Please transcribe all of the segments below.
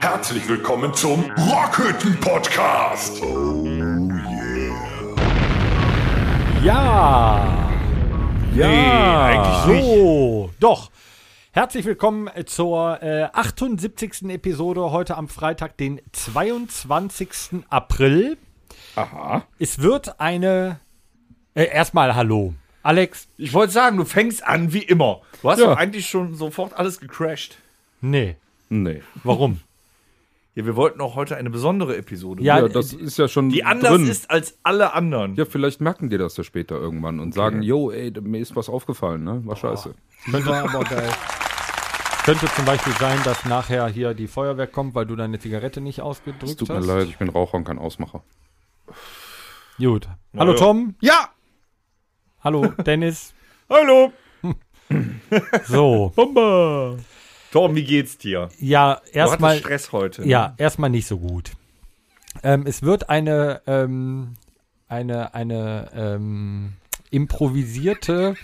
Herzlich willkommen zum Rockhütten Podcast. Oh Ja! Ah. Ja. so, doch. Herzlich willkommen zur äh, 78. Episode heute am Freitag, den 22. April. Aha. Es wird eine. Äh, erstmal Hallo. Alex, Ich wollte sagen, du fängst an wie immer. Du hast Ja. doch eigentlich schon sofort alles gecrashed. nee. Nee. Warum? Ja, wir wollten auch heute eine besondere Episode. Ja, Ja, das ist ja schon Die anders drin. ist als alle anderen. ja, vielleicht merken die das ja später irgendwann und sagen, jo, ey, da- mir ist was aufgefallen, ne? War scheiße. Könnte, könnte zum Beispiel sein, dass nachher hier die Feuerwehr kommt, weil du deine Zigarette nicht ausgedrückt Es hast. tut mir leid, ich bin Raucher und kein Ausmacher. Gut. Hallo ja. Tom. Ja, Hallo Dennis. hallo. So. Bomba. Tom, wie geht's dir? Ja, du erstmal. hattest Stress ne? heute. Ja, erstmal nicht so gut. Ähm, es wird eine, ähm, eine, eine ähm, improvisierte,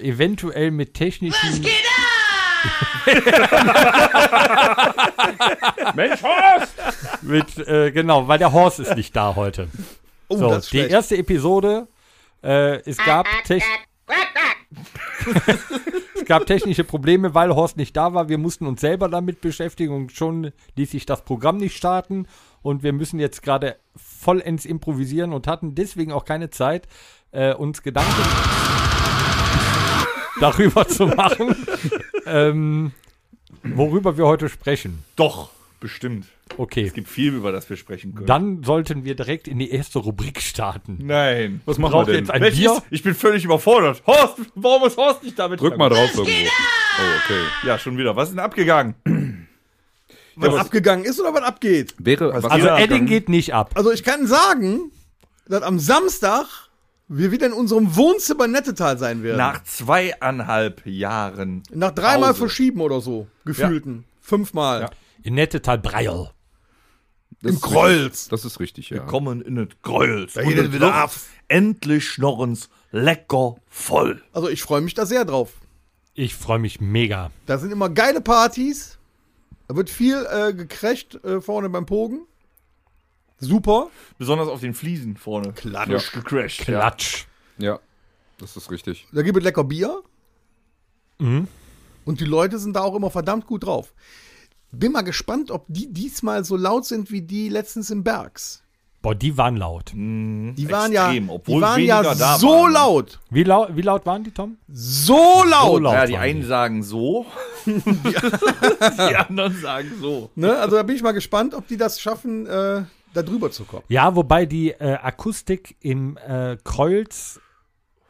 eventuell mit technischen. Mensch, Horst! Mit, äh, genau, weil der Horst ist nicht da heute. Oh, So, das ist die schlecht. erste Episode. Äh, es, gab tech- es gab technische Probleme, weil Horst nicht da war. Wir mussten uns selber damit beschäftigen und schon ließ sich das Programm nicht starten. Und wir müssen jetzt gerade vollends improvisieren und hatten deswegen auch keine Zeit, äh, uns Gedanken darüber zu machen, ähm, worüber wir heute sprechen. Doch, bestimmt. Okay, Es gibt viel, über das wir sprechen können. dann sollten wir direkt in die erste Rubrik starten. Nein. Was machen wir Braucht ihr denn? jetzt ein Welches? Bier? Ich bin völlig überfordert. Horst, warum ist Horst nicht damit? Drück mal drauf irgendwo. Oh, okay. Ja, schon wieder. Was ist denn abgegangen? was abgegangen ist oder was abgeht. Wäre, was Also wäre Edding gegangen- geht nicht ab. Also ich kann sagen, dass am Samstag wir wieder in unserem Wohnzimmer in Nettetal sein werden. Nach zweieinhalb Jahren. Nach dreimal Pause. verschieben oder so. Gefühlten. Fünfmal. In Nettetal Breil. Das Im ist Kreuz. Richtig. Das ist richtig, ja. Kommen in das Grölz. Da geht es wieder ab. Endlich schnorren's lecker voll. Also ich freue mich da sehr drauf. Ich freue mich mega. Da sind immer geile Partys. Da wird viel äh, gekrecht äh, vorne beim Pogen. Super. Besonders auf den Fliesen vorne. Klatsch gecrashed. Klatsch. Ja, das ist richtig. Da gibt es lecker Bier. Und die Leute sind da auch immer verdammt gut drauf. Bin mal gespannt, ob die diesmal so laut sind wie die letztens im Bergs. Boah, die waren laut. Die waren Extrem, ja, obwohl die waren weniger ja da so waren. ne? laut. Wie, lau wie laut waren die, Tom? So laut. laut. Ja, die waren einen sagen so, die anderen sagen so. Ne? Also da bin ich mal gespannt, ob die das schaffen, äh, da drüber zu kommen. Ja, wobei die äh, Akustik im äh, Kreuz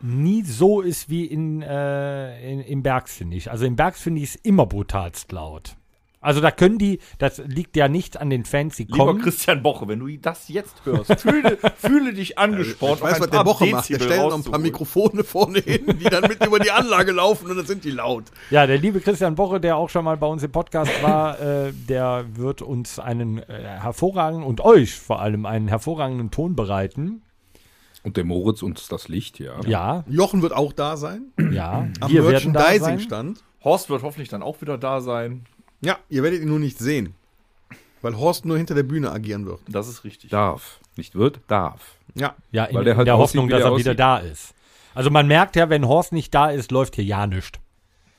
nie so ist wie in, äh, in, im Bergs, finde ich. Also im Bergs finde ich es immer brutalst laut. Also da können die, das liegt ja nicht an den Fans, die Lieber kommen. Christian Boche, wenn du das jetzt hörst, fühle, fühle dich angespornt. Äh, Ich weiß, auf was ein der paar Woche macht. Der Dezibel stellt noch ein paar rauszuholen. Mikrofone vorne hin, die dann mit über die Anlage laufen und dann sind die laut. Ja, der liebe Christian Boche, der auch schon mal bei uns im Podcast war, äh, der wird uns einen äh, hervorragenden und euch vor allem einen hervorragenden Ton bereiten. Und der Moritz und das Licht, ja. Ja, Jochen wird auch da sein. ja. Am Wir werden da sein. Merchandising-Stand. Horst wird hoffentlich dann auch wieder da sein. Ja, ihr werdet ihn nur nicht sehen. Weil Horst nur hinter der Bühne agieren wird. Das ist richtig. Darf. Nicht wird, darf. Ja. Ja, in Weil der in halt der aussieht, Hoffnung, wie dass der er wieder aussieht. da ist. Also man merkt ja, wenn Horst nicht da ist, läuft hier ja nichts.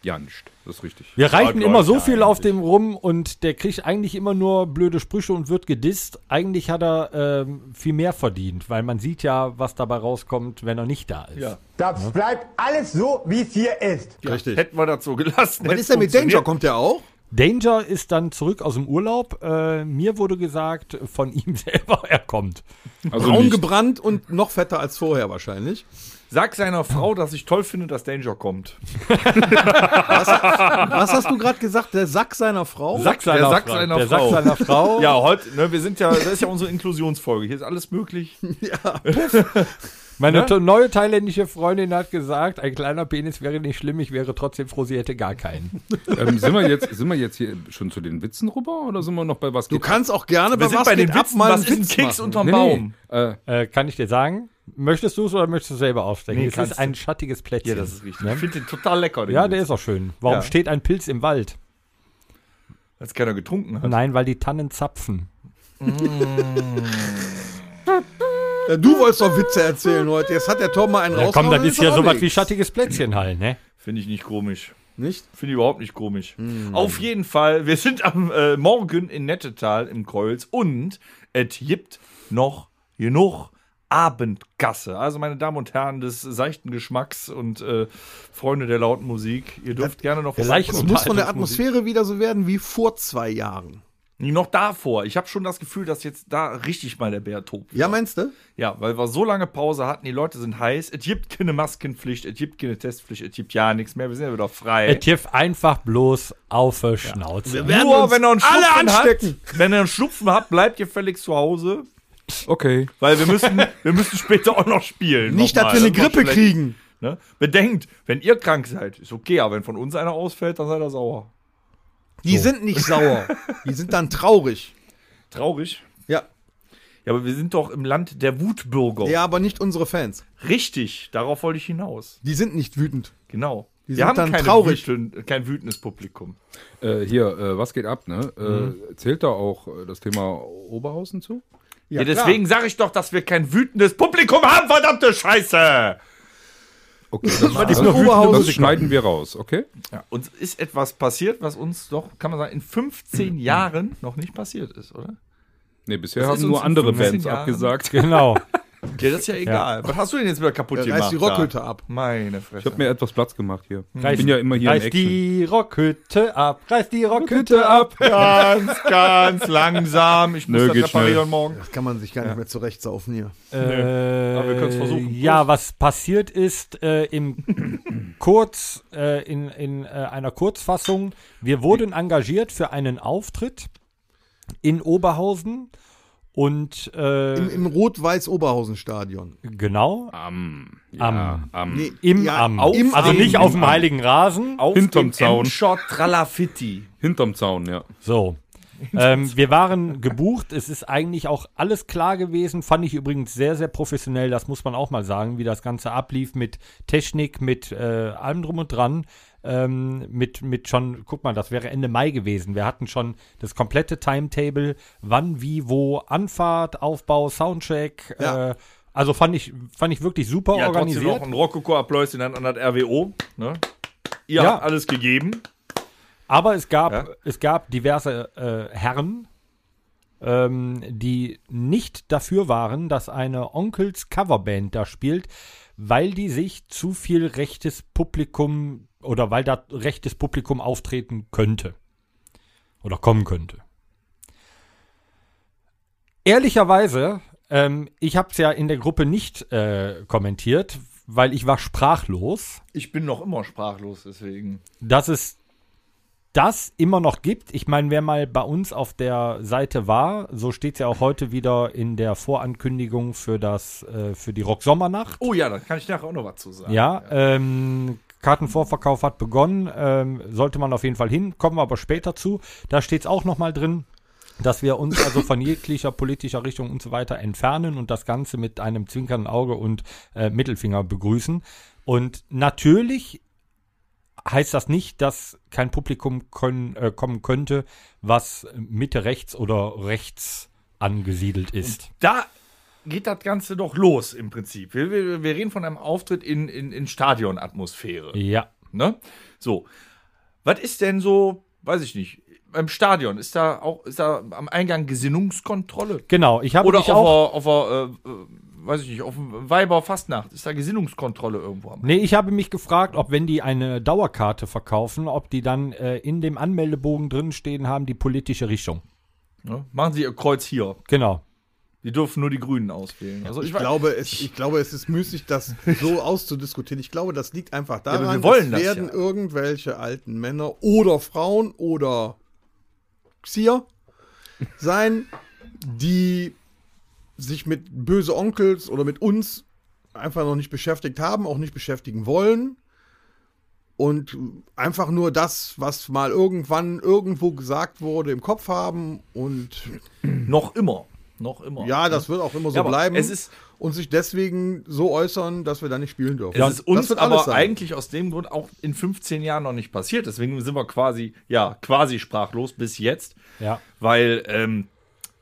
Ja, nicht. Das ist richtig. Wir reichen läuft immer so ja viel auf dem rum und der kriegt eigentlich immer nur blöde Sprüche und wird gedisst. Eigentlich hat er ähm, viel mehr verdient, weil man sieht ja, was dabei rauskommt, wenn er nicht da ist. Ja. Das bleibt alles so, wie es hier ist. Richtig. Hätten wir das so gelassen. Was hätte ist denn mit Danger? funktioniert. Kommt der auch? Danger ist dann zurück aus dem Urlaub. Äh, mir wurde gesagt, von ihm selber, er kommt. Also Braun nicht. gebrannt und noch fetter als vorher wahrscheinlich. Sag seiner Frau, dass ich toll finde, dass Danger kommt. Was hast du gerade gesagt? Der Sack seiner Frau? der Sack seiner der Frau. Sack seiner Frau. Ja, heute, ne, wir sind ja, das ist ja unsere Inklusionsfolge. Hier ist alles möglich. Meine Ne? to- neue thailändische Freundin hat gesagt, ein kleiner Penis wäre nicht schlimm, ich wäre trotzdem froh, sie hätte gar keinen. Ähm, sind, wir jetzt, sind wir jetzt hier schon zu den Witzen rüber oder sind wir noch bei was Du kannst auch gerne Wir sind bei den geht ab Witzen. Was ist ein Witz Keks machen. unterm nee, Baum? Nee, äh, äh, kann ich dir sagen? Möchtest du es oder möchtest du es selber aufstecken? Nee, es kannst ist ein schattiges Plätzchen. ne? Ja, das ist richtig. Ich finde den total lecker. Den Ja, der Witz. ist auch schön. Warum Ja. steht ein Pilz im Wald? Als keiner getrunken hat. Nein, weil die Tannen zapfen. Ja, Äh, Du wolltest doch Witze erzählen heute. Jetzt hat der Tom mal einen Ja, rausgehauen komm, und das ist ja auch sowas nix. wie schattiges Plätzchen halt, ne? Finde ich nicht komisch. Nicht? Finde ich überhaupt nicht komisch. Auf jeden Fall, wir sind am äh, Morgen in Nettetal im Kreuz und es gibt noch genug Abendgasse. Also, meine Damen und Herren des seichten Geschmacks und äh, Freunde der lauten Musik, ihr dürft gerne noch der was leichten Es abholen. muss von der Atmosphäre wieder so werden wie vor zwei Jahren. Noch davor. Ich habe schon das Gefühl, dass jetzt da richtig mal der Bär tobt. Ja, meinst du? Ja, weil wir so lange Pause hatten, die Leute sind heiß. Es gibt keine Maskenpflicht, es gibt keine Testpflicht, es gibt ja nichts mehr. Wir sind ja wieder frei. Es gibt einfach bloß auf die Schnauze. werden Nur uns wenn ihr einen alle Schnupfen anstecken. habt, wenn ihr einen Schnupfen habt, bleibt ihr völlig zu Hause, okay. weil wir müssen, wir müssen später auch noch spielen. Nicht, dass Nochmal. wir eine Das war Grippe schlecht, kriegen. Ne? Bedenkt, wenn ihr krank seid, ist okay, aber wenn von uns einer ausfällt, dann seid ihr sauer. Die sind nicht sauer. Die sind dann traurig. Traurig. Ja. Ja, aber wir sind doch im Land der Wutbürger. Ja, aber nicht unsere Fans. Richtig, darauf wollte ich hinaus. Die sind nicht wütend. Genau. Die sind dann traurig. wütend- kein wütendes Publikum. Äh, hier, äh, was geht ab, ne? Äh, Zählt da auch äh, das Thema Oberhausen zu? Ja, deswegen sage ich doch, dass wir kein wütendes Publikum haben, verdammte Scheiße! Okay, das, das, nur Oberhausen. das schneiden wir raus, okay? Ja, uns ist etwas passiert, was uns doch, kann man sagen, in 15 Jahren noch nicht passiert ist, oder? Nee, bisher Das haben ist uns nur in andere 15 Bands Jahren. abgesagt. Genau. Ja, das ist ja egal. Was hast du denn jetzt wieder kaputt Ja, gemacht? reißt Äh, die da? Rockhütte ab. Meine Ich Fresse. habe mir etwas Platz gemacht hier. Reiß- ich bin ja immer hier in Reiß Action. die Rockhütte ab, reiß die Rockhütte ab. ganz, ganz langsam. Ich muss Nö, das geht reparieren schnell. morgen. Das kann man sich gar nicht mehr zurechtsaufen hier. Äh, aber wir können's versuchen. Ja, was passiert ist äh, im Kurz, äh, in, in äh, einer Kurzfassung, wir wurden engagiert für einen Auftritt in Oberhausen und äh, Im, im Rot-Weiß-Oberhausen-Stadion. genau Am. Am. Ja, am. Nee, im ja, Am. auf- also im nicht auf dem Am. heiligen Rasen. Auf Hinterm dem Zaun. Endshot Tralafitti. Hinterm Zaun, ja. So. ähm, wir waren gebucht, es ist eigentlich auch alles klar gewesen, fand ich übrigens sehr, sehr professionell, das muss man auch mal sagen, wie das Ganze ablief mit Technik, mit äh, allem drum und dran, ähm, mit, mit schon, guck mal, das wäre Ende Mai gewesen, wir hatten schon das komplette Timetable, wann, wie, wo, Anfahrt, Aufbau, Soundcheck, Ja. äh, also fand ich, fand ich wirklich super Ja, trotzdem organisiert. noch ein Rococo-Applaus in der Hand an das RWO. Ne? Ihr Ja. habt alles gegeben. Aber es gab, Ja. es gab diverse äh, Herren, ähm, die nicht dafür waren, dass eine Onkels Coverband da spielt, weil die sich zu viel rechtes Publikum oder weil da rechtes Publikum auftreten könnte. Oder kommen könnte. Ehrlicherweise, ähm, ich habe es ja in der Gruppe nicht äh, kommentiert, weil ich war sprachlos Ich bin noch immer sprachlos, deswegen. dass es das immer noch gibt. Ich meine, wer mal bei uns auf der Seite war, so steht es ja auch heute wieder in der Vorankündigung für das äh, für die Rock-Sommernacht. Oh ja, da kann ich nachher auch noch was zu sagen. Ja, ähm, Kartenvorverkauf hat begonnen. Ähm, sollte man auf jeden Fall hin, kommen wir aber später zu. Da steht es auch nochmal drin, dass wir uns also von jeglicher politischer Richtung und so weiter entfernen und das Ganze mit einem zwinkernden Auge und äh, Mittelfinger begrüßen. Und natürlich heißt das nicht, dass kein Publikum können, äh, kommen könnte, was Mitte rechts oder rechts angesiedelt ist. da geht das Ganze doch los im Prinzip. Wir, wir, wir reden von einem Auftritt in, in, in Stadionatmosphäre. Ja. Ne? So. Was ist denn so, weiß ich nicht, im Stadion? Ist da auch, ist da am Eingang Gesinnungskontrolle? Genau, ich habe Oder mich auch auf, der- auf der, äh, äh, weiß ich nicht, auf dem Weiberfastnacht? Ist da Gesinnungskontrolle irgendwo am Nee, ich habe mich gefragt, ob wenn die eine Dauerkarte verkaufen, ob die dann äh, in dem Anmeldebogen drin stehen haben, die politische Richtung. ne? Machen Sie Ihr Kreuz hier. Genau. Die dürfen nur die Grünen auswählen. Also Ich, weiß- glaube, es, ich glaube, es ist müßig, das so auszudiskutieren. Ich glaube, das liegt einfach aber daran, wir wollen dass das werden ja. irgendwelche alten Männer oder Frauen oder Xier sein, die sich mit böse Onkels oder mit uns einfach noch nicht beschäftigt haben, auch nicht beschäftigen wollen. Und einfach nur das, was mal irgendwann irgendwo gesagt wurde, im Kopf haben. Und Noch immer. Noch immer. ja, das wird auch immer ne? so Ja, aber bleiben. es ist- und sich deswegen so äußern, dass wir da nicht spielen dürfen. Es Das- ist uns das wird alles aber sein. eigentlich aus dem Grund auch in 15 Jahren noch nicht passiert. Deswegen sind wir quasi, ja, quasi sprachlos bis jetzt. Ja. Weil, ähm,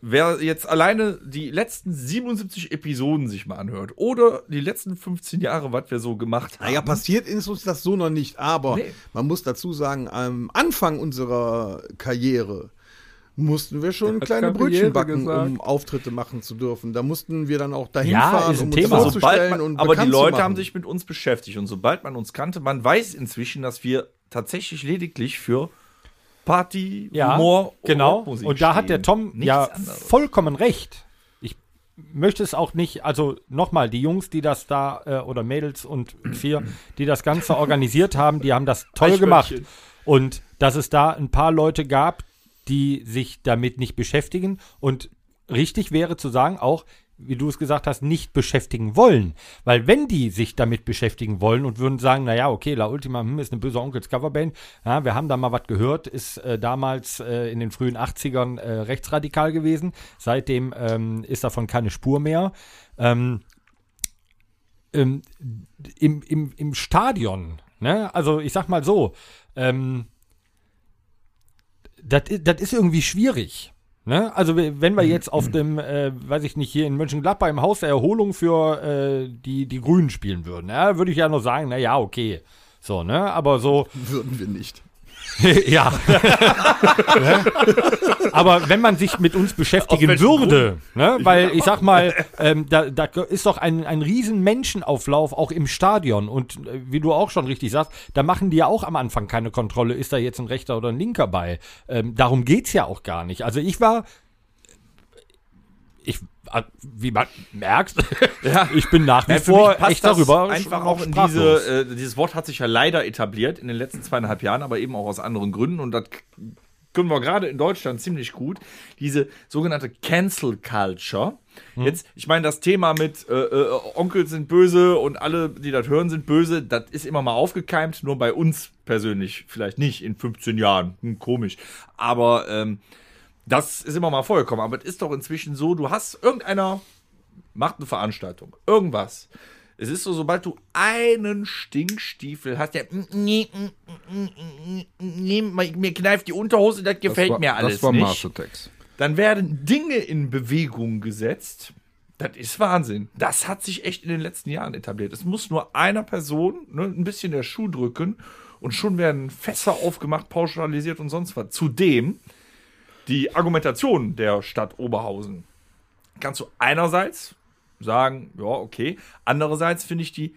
wer jetzt alleine die letzten 77 Episoden sich mal anhört oder die letzten 15 Jahre, was wir so gemacht haben. Naja, passiert ist uns das so noch nicht, aber mhm. Nee. man muss dazu sagen, am Anfang unserer Karriere mussten wir schon hat kleine Gabriele Brötchen backen, gesagt. um Auftritte machen zu dürfen. Da mussten wir dann auch dahin Ja, fahren, ist ein um Thema. sobald uns vorzustellen man, und aber die bekannt zu Leute machen. haben sich mit uns beschäftigt und sobald man uns kannte, man weiß inzwischen, dass wir tatsächlich lediglich für Party, Ja, Humor genau. Rockmusik Und da hat der stehen. Tom Nichts ja anderes. vollkommen recht. Ich möchte es auch nicht, also nochmal, die Jungs, die das da, äh, oder Mädels und vier, die das Ganze organisiert haben, die haben das toll gemacht. Eichhörnchen. Und dass es da ein paar Leute gab, die sich damit nicht beschäftigen und richtig wäre zu sagen, auch wie du es gesagt hast, nicht beschäftigen wollen. Weil wenn die sich damit beschäftigen wollen und würden sagen, naja, okay, La Ultima hm, ist eine böse Onkels Coverband, ja, wir haben da mal was gehört, ist äh, damals äh, in den frühen 80ern äh, rechtsradikal gewesen, seitdem ähm, ist davon keine Spur mehr. Ähm, ähm, im, im, im Stadion, ne? also ich sag mal so, ähm, das i- das ist irgendwie schwierig. Ne? Also we- wenn wir jetzt auf dem, äh, weiß ich nicht, hier in Mönchengladbach im Haus der Erholung für äh, die, die Grünen spielen würden, ja, würde ich ja noch sagen, na ja, okay. So, ne? Aber so, Würden wir nicht. Hm. ja. ne? Aber wenn man sich mit uns beschäftigen würde, ne? weil ich sag mal, ähm, da, da ist doch ein, ein riesen Menschenauflauf auch im Stadion. Und äh, wie du auch schon richtig sagst, da machen die ja auch am Anfang keine Kontrolle, ist da jetzt ein rechter oder ein linker bei. Ähm, darum geht's ja auch gar nicht. Also ich war. Ich, äh, wie man merkt, ich bin nach wie Ja, für vor mich passt echt das darüber einfach sch- auch in sprachlos. diese, äh, dieses Wort hat sich ja leider etabliert in den letzten zweieinhalb Jahren, aber eben auch aus anderen Gründen und das k- können wir gerade in Deutschland ziemlich gut, diese sogenannte Cancel Culture. Hm. Jetzt, ich meine, das Thema mit äh, äh, Onkel sind böse und alle, die das hören, sind böse, das ist immer mal aufgekeimt, nur bei uns persönlich vielleicht nicht in 15 Jahren. Hm, komisch. Aber ähm, das ist immer mal vorgekommen. Aber es ist doch inzwischen so, du hast irgendeiner macht eine Veranstaltung, irgendwas. Es ist so, sobald du einen Stinkstiefel hast, der mm, nee, mm, nee, mm, mir kneift die Unterhose, das Das gefällt war- mir alles Das war nicht. Master Text. Dann werden Dinge in Bewegung gesetzt. Das ist Wahnsinn. Das hat sich echt in den letzten Jahren etabliert. Es muss nur einer Person ne, ein bisschen der Schuh drücken und schon werden Fässer aufgemacht, pauschalisiert und sonst was. Zudem die Argumentation der Stadt Oberhausen kannst du einerseits sagen, ja, okay. Andererseits finde ich die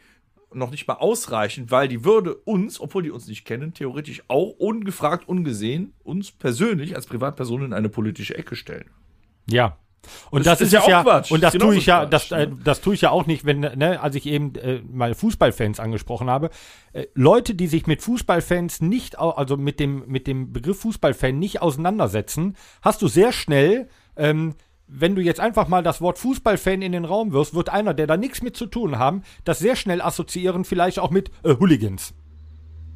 noch nicht mal ausreichend, weil die würde uns, obwohl die uns nicht kennen, theoretisch auch ungefragt, ungesehen, uns persönlich als Privatpersonen in eine politische Ecke stellen. Ja. Und das, ist ist, ja es auch ja, Quatsch. und das Genauso tue ich ja, Quatsch, ne? das, äh, das tue ich ja auch nicht, wenn, ne, als ich eben äh, mal Fußballfans angesprochen habe, äh, Leute, die sich mit Fußballfans nicht, au- also mit dem mit dem Begriff Fußballfan nicht auseinandersetzen, hast du sehr schnell, ähm, wenn du jetzt einfach mal das Wort Fußballfan in den Raum wirfst, wird einer, der da nichts mit zu tun haben, das sehr schnell assoziieren, vielleicht auch mit äh, Hooligans.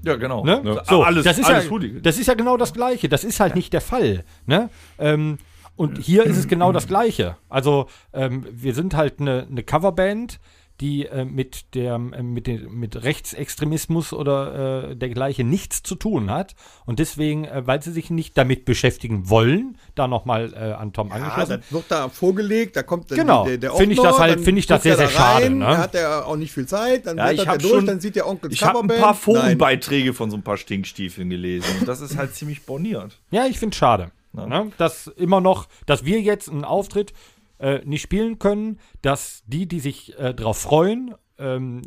Ja, genau. Ne? So, alles, das ist alles ja, Hooligan. Das ist ja genau das Gleiche. Das ist halt nicht der Fall. Ne? Ähm, und hier ist es genau das Gleiche. Also ähm, wir sind halt eine eine Coverband, die äh, mit, der, äh, mit, den, mit Rechtsextremismus oder äh, dergleichen nichts zu tun hat. Und deswegen, äh, weil sie sich nicht damit beschäftigen wollen, da nochmal äh, an Tom Ja, angeschlossen, das wird da vorgelegt, da kommt dann Genau. der, der Finde ich das halt- dann finde ich das guckt sehr, er sehr da schade, rein, ne? Dann hat er auch nicht viel Zeit, dann Ja, blättert ich er habe durch, schon, dann sieht der Onkel ich habe ein Coverband. paar Nein. Forenbeiträge von so ein paar Stinkstiefeln gelesen. Und das ist halt ziemlich borniert. Ja, ich finde es schade. Ne? Dass immer noch, dass wir jetzt einen Auftritt äh, nicht spielen können, dass die, die sich äh, darauf freuen, ähm,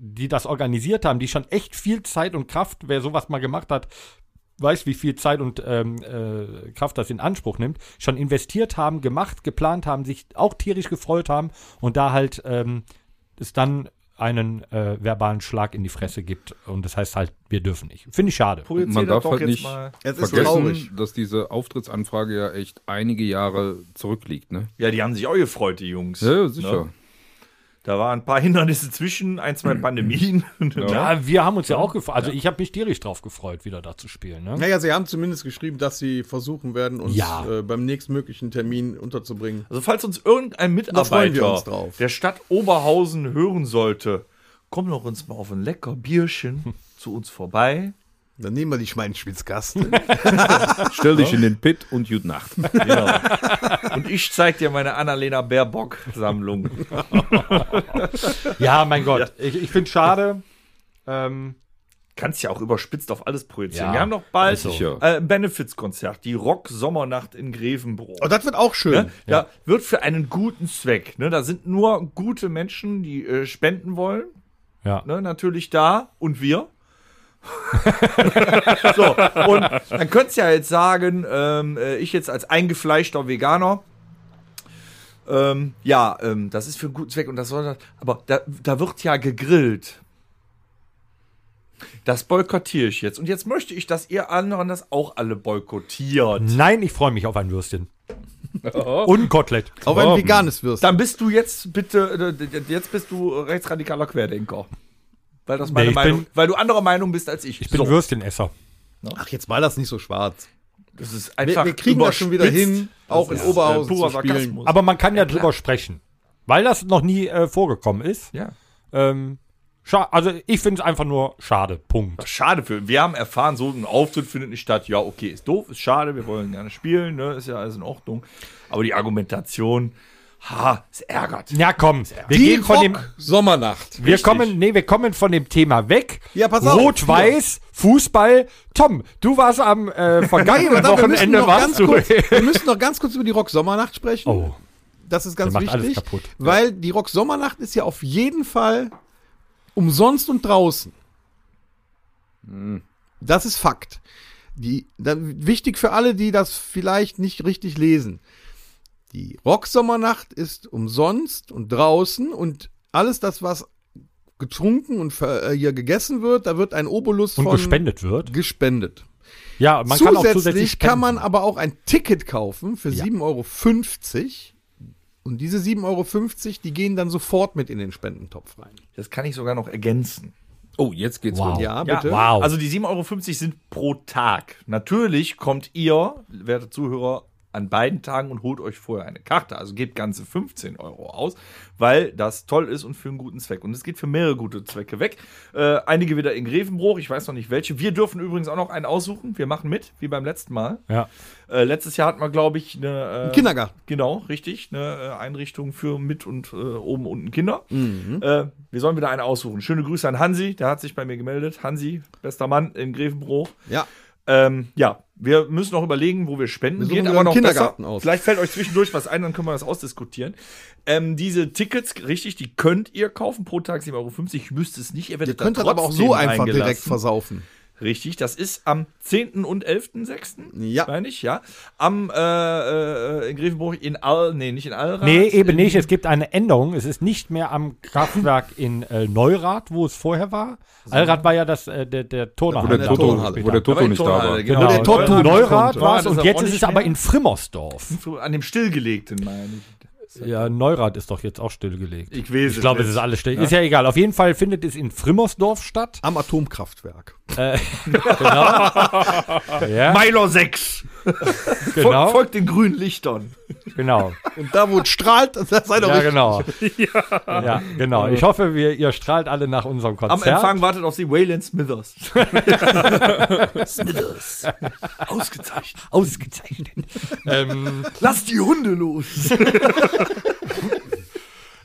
die das organisiert haben, die schon echt viel Zeit und Kraft, wer sowas mal gemacht hat, weiß, wie viel Zeit und ähm, äh, Kraft das in Anspruch nimmt, schon investiert haben, gemacht, geplant haben, sich auch tierisch gefreut haben und da halt ähm, es dann einen äh, verbalen Schlag in die Fresse gibt und das heißt halt, wir dürfen nicht. Finde ich schade. Projizier man das darf doch halt jetzt nicht mal- Es ist vergessen, traurig. dass diese Auftrittsanfrage ja echt einige Jahre zurückliegt, ne? Ja, die haben sich auch gefreut, die Jungs. Ja, ja sicher. Ne? Da waren ein paar Hindernisse zwischen, ein, zwei Pandemien. Ja. Ja, Ah, wir haben uns ja auch gefreut. Also ich habe mich tierisch drauf gefreut, wieder da zu spielen. Ne? Naja, sie haben zumindest geschrieben, dass sie versuchen werden, uns Ja. äh, beim nächstmöglichen Termin unterzubringen. Also falls uns irgendein Da freuen wir uns Mitarbeiter drauf. der Stadt Oberhausen hören sollte, komm doch uns mal auf ein lecker Bierchen zu uns vorbei. Dann nehmen wir die Schmeinspitzgast. Stell dich in den Pit und Jut Nacht. Genau. Und ich zeig dir meine Annalena Baerbock-Sammlung. Ja, mein Gott. Ich, ich finde es schade. Ähm, Kannst ja auch überspitzt auf alles projizieren. Ja, wir haben noch bald ist so. äh, Benefits-Konzert, die Rock-Sommernacht in Grevenbroich. Und Oh, das wird auch schön. Ne? Da wird für einen guten Zweck. Ne? Da sind nur gute Menschen, die äh, spenden wollen. ja. Ne? Natürlich da und wir. so, und dann könntest du ja jetzt sagen, ähm, äh, ich jetzt als eingefleischter Veganer, ähm, ja, ähm, das ist für einen guten Zweck und das soll, aber da, da wird ja gegrillt. Das boykottiere ich jetzt. Und jetzt möchte ich, dass ihr anderen das auch alle boykottiert. Nein, ich freue mich auf ein Würstchen. Und ein Kotelett. Auf ein veganes Wirst. Dann bist du jetzt bitte, äh, jetzt bist du rechtsradikaler Querdenker. Weil das Nee, meine ich Meinung, bin- weil du anderer Meinung bist als ich. Ich bin Würstchenesser. Ach, jetzt mal das nicht so schwarz. das ist Wir, einfach wir kriegen das schon wieder überspitzt. hin, auch in ist, äh, Oberhausen purer zu spielen. Sarkasmus. Aber man kann ja drüber sprechen. Weil das noch nie äh, vorgekommen ist. Ja. Ähm, scha- also ich finde es einfach nur schade. Punkt. Schade für. Wir haben erfahren, so ein Auftritt findet nicht statt. Ja, okay, ist doof, ist schade, wir wollen gerne spielen, ne, ist ja alles in Ordnung. Aber die Argumentation, ha, es ärgert. Ja, komm. Wir Die gehen von dem. Rock-Sommernacht. Wir Richtig. kommen, nee, wir kommen von dem Thema weg. Ja, pass auf. Rot-Weiß, Fußball. Tom, du warst am äh, Hey, vergangenen warte, wir, müssen Wochenende noch warst ganz du. kurz, wir müssen noch ganz kurz über die Rock-Sommernacht sprechen. Oh, Das ist Der ganz macht alles wichtig. kaputt. Weil die Rock-Sommernacht ist ja auf jeden Fall umsonst und draußen. Hm. Das ist Fakt. Die, da, wichtig für alle, die das vielleicht nicht richtig lesen. Die Rock-Sommernacht ist umsonst und draußen und alles das, was getrunken und ver, äh, hier gegessen wird, da wird ein Obolus und von gespendet wird. gespendet. Ja, man kann auch zusätzlich zusätzlich kann man spenden. aber auch ein Ticket kaufen für Ja. 7,50 Euro. Und diese 7,50 Euro, die gehen dann sofort mit in den Spendentopf rein. Das kann ich sogar noch ergänzen. Oh, jetzt geht's Wow. los. Ja, Ja, bitte. Wow. Also die 7,50 Euro sind pro Tag. Natürlich kommt ihr, werte Zuhörer, an beiden Tagen und holt euch vorher eine Karte. Also gebt ganze 15 Euro aus, weil das toll ist und für einen guten Zweck. Und es geht für mehrere gute Zwecke weg. Äh, einige wieder in Grevenbroich, ich weiß noch nicht welche. Wir dürfen übrigens auch noch einen aussuchen. Wir machen mit, wie beim letzten Mal. ja. Äh, letztes Jahr hatten wir, glaube ich, eine. Äh, Kindergarten. Genau, richtig. Eine äh, Einrichtung für mit und äh, oben unten Kinder. Mhm. Äh, wir sollen wieder eine aussuchen. Schöne Grüße an Hansi, der hat sich bei mir gemeldet. Hansi, bester Mann in Grevenbroich. Ja. Ähm, ja, wir müssen noch überlegen, wo wir spenden. Wir suchen Geht wieder aber einen noch Kindergarten besser. aus. Vielleicht fällt euch zwischendurch was ein, dann können wir das ausdiskutieren. Ähm, diese Tickets, richtig, die könnt ihr kaufen pro Tag 7,50 Euro. Ich wüsste es nicht. Ihr Ihr werdet da könnt das aber auch trotzdem so einfach direkt reingelassen. versaufen. Richtig, das ist am 10. und 11.06. Ja. Meine ich, ja. Am, äh, äh, in Grevenbroich, in All, nee, nicht in Allrad. Nee, eben nicht. Es gibt eine Änderung. Es ist nicht mehr am Kraftwerk in äh, Neurath, wo es vorher war. Allrad war ja das, äh, der, der Turnhalle. Wo der Ja, Toto, Turnhalle. wo der Aber Toto in nicht da Turnhalle, war. genau. Genau, Wo der Tod in tun Neurath konnte. war es Neurath ist und aber jetzt auch ist es nicht aber mehr. in Frimmersdorf. So An dem stillgelegten, meine ich. Ja, Neurath ist doch jetzt auch stillgelegt. Ich weiß Ich glaube, nicht. es ist alles still. Ist ja egal. Auf jeden Fall findet es in Frimmersdorf statt. Am Atomkraftwerk. Ja, Meiler 6. Fol genau. folgt den grünen Lichtern. genau. Und da, wo es strahlt, das sei doch Ja, richtig. genau. Ja. genau. Ich hoffe, wir, ihr strahlt alle nach unserem Am Konzert. Empfang wartet auf sie Wayland Smithers. Smithers. Ausgezeichnet. Ausgezeichnet. ähm, Lass die Hunde los.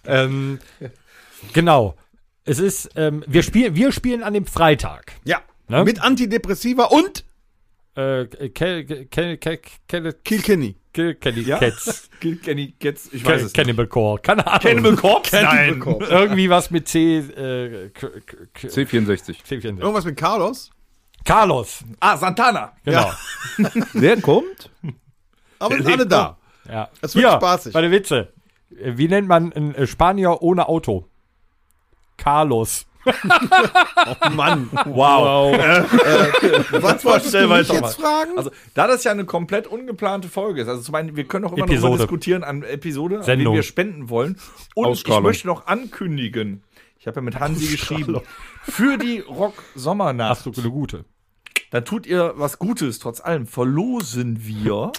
ähm, genau. Es ist, ähm, wir, spiel, wir spielen an dem Freitag. Ja. Ne? Mit Antidepressiva und Äh, Kel- Kel- Kel- Kel- Kilkenny. Kel- Kelly Ja? Cats. Kenny Getz, ich weiß Ken- es nicht. Cannibal Core. Keine Ahnung. Corpse? Nein. Irgendwie was mit C. Äh, K- K- K- C64. C- Irgendwas mit Carlos. Carlos. Ah, Santana. Genau. Wer kommt? Aber sind alle da. Ja. Es wird spaßig. Bei der Witze. Äh, Wie nennt man einen äh, Spanier ohne Auto? Carlos. Oh Mann, Wow. was wolltest du Vorstellbar mich ist jetzt doch mal. fragen? Also, da das ja eine komplett ungeplante Folge ist, also zum einen, wir können auch immer noch mal Episode. diskutieren an Episode, an wen Sendung. wir spenden wollen. Und ich Ausstrahlung. möchte noch ankündigen, ich habe ja mit Hansi geschrieben, für die Hast Rock-Sommernacht. du eine gute? Da tut ihr was Gutes, trotz allem. Verlosen wir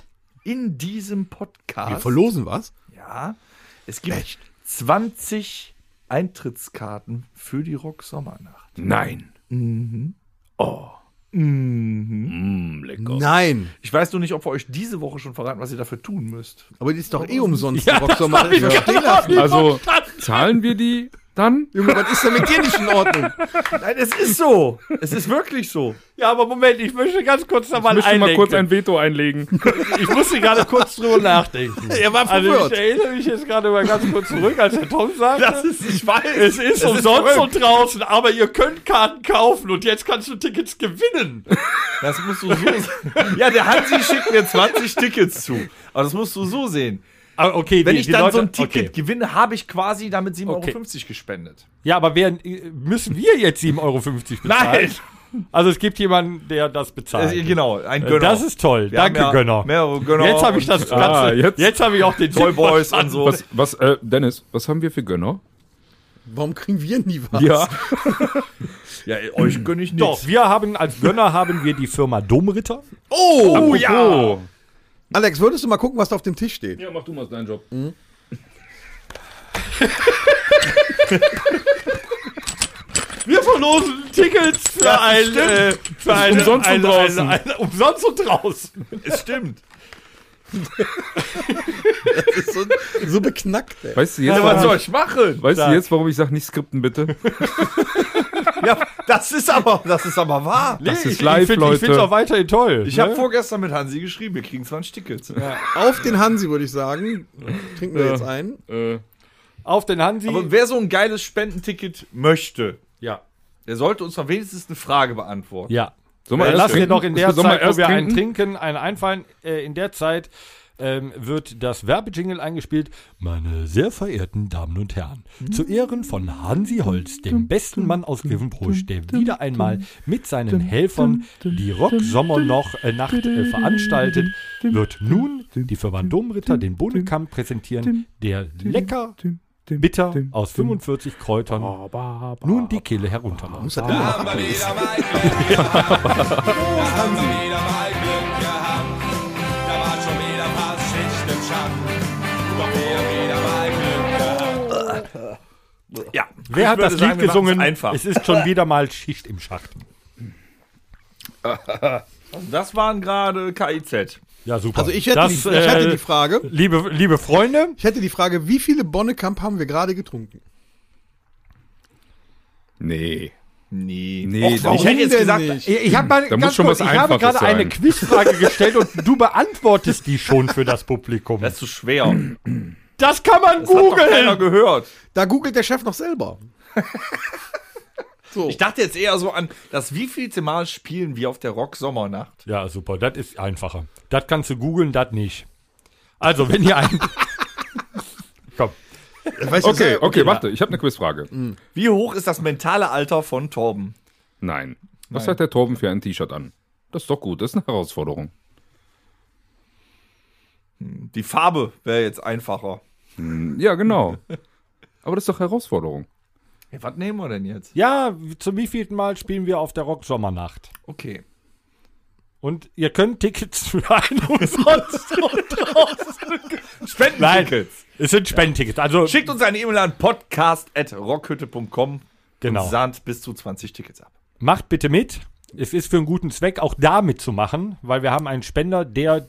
in diesem Podcast. Wir verlosen was? Ja, es gibt 20 Eintrittskarten für die Rock-Sommernacht. Nein. Mhm. Oh. Mm, Nein. Ich weiß nur nicht, ob wir euch diese Woche schon verraten, was ihr dafür tun müsst. Aber die ist doch eh umsonst. Ja, Rocksommer. Ja. Also zahlen wir die dann? Junge, was ist denn mit dir nicht in Ordnung? Nein, es ist so. Es ist wirklich so. Ja, aber Moment, ich möchte ganz kurz da mal Müssen wir mal kurz einlenken. ein Veto einlegen. Ich musste gerade kurz drüber nachdenken. Er war Also ich verwirrt. erinnere mich jetzt gerade mal ganz kurz zurück, als der Tom sagte, ist, ich weiß. es ist umsonst und draußen, aber ihr könnt Karten kaufen und jetzt kannst du Tickets gewinnen. Das musst du so sehen. Ja, der Hansi schickt mir 20 Tickets zu. Aber das musst du so sehen. Ah, okay, Wenn die- ich die dann Leute- so ein Ticket okay. gewinne, habe ich quasi damit 7,50 Okay. Euro gespendet. Ja, aber wer, äh, müssen wir jetzt 7,50 Euro bezahlen? Also es gibt jemanden, der das bezahlt. Also, genau, ein Äh, Das ist toll. Wir Danke, haben ja Gönner. Mehrere Gönner. Jetzt habe ich das Ganze. Ah, jetzt jetzt- habe ich auch den Toy Tipp Boys und verstanden. so. Was, was, äh, Dennis, was haben wir für Gönner? Warum kriegen wir nie was? ja, euch gönne ich Doch, nichts. wir haben als Gönner haben wir die Firma Domritter. Oh! ja. Alex, würdest du mal gucken, was da auf dem Tisch steht? Ja, mach du mal deinen Job. Wir verlosen Tickets für ein, äh, für eine, Umsonst und eine, draußen. Eine, eine, umsonst und draußen. Es stimmt. Das ist so, so beknackt, ey. Weißt du jetzt, was soll warum, ich machen? weißt du jetzt, warum ich sage, nicht skripten bitte? Ja, das ist aber, das ist aber wahr. Das ist ich live, finde es auch Leute. weiterhin toll. Ich ne? habe vorgestern mit Hansi geschrieben, wir kriegen 20 Tickets. Auf den Hansi, würde ich sagen. Trinken wir jetzt ein. Äh, auf den Hansi. Aber wer so ein geiles Spendenticket möchte, ja. der sollte uns mal wenigstens eine Frage beantworten. Ja. Sollen Äh, erst lass dir trinken? doch in der Sollen Zeit, wo erst wir einen trinken, einen einfallen. Äh, in der Zeit ähm, wird das Werbejingle eingespielt. Meine sehr verehrten Damen und Herren, zu Ehren von Hansi Holz, dem besten Mann aus Grevenbruch, der wieder einmal mit seinen Helfern die Rocksommer noch äh, Nacht äh, veranstaltet, wird nun die Firma Domritter den Bohnenkamm präsentieren, der lecker bitter aus 45 Kräutern nun die Kehle herunterläuft. Ah, Ja. Wer hat würde das Lied sagen, wir machen's gesungen? einfach. Es ist schon wieder mal Schicht im Schacht. Das waren gerade KIZ. Ja, super. Also ich hätte, das, die, ich hätte äh, die Frage. Liebe, liebe Freunde, Ich hätte die Frage, wie viele Bonnekamp haben wir gerade getrunken? Nee. Nee. Nee, Och, warum ich hätte jetzt denn gesagt, nicht? ich habe mal Da muss ganz schon kurz, was ich habe Einfaches gerade eine sein. Quizfrage gestellt und du beantwortest die schon für das Publikum. Das ist zu schwer. Hat Das kann man doch keiner gehört. Da googelt der Chef noch selber. so. Ich dachte jetzt eher so an, das wievielte Mal spielen wir auf der Rock-Sommernacht? Ja, super, das ist einfacher. Das kannst du googeln, das nicht. Also, wenn ihr ein Komm. Weißt du, Okay, okay, selber- warte, ich habe eine Quizfrage. Wie hoch ist das mentale Alter von Torben? Nein. Was hat der Torben für ein T-Shirt an? Das ist doch gut, das ist eine Herausforderung. Die Farbe wäre jetzt einfacher. Ja, genau. Aber das ist doch Herausforderung. Ja, was nehmen wir denn jetzt? Ja, zum wievielten Mal spielen wir auf der Rocksommernacht? Okay. Und ihr könnt Tickets für einen umsonst und draußen. Spendentickets. Es sind Spendentickets. Also, Schickt uns eine E-Mail an podcast.rockhütte.com Genau. und sandt bis zu 20 Tickets ab. macht bitte mit. Es ist für einen guten Zweck, auch da mitzumachen, weil wir haben einen Spender, der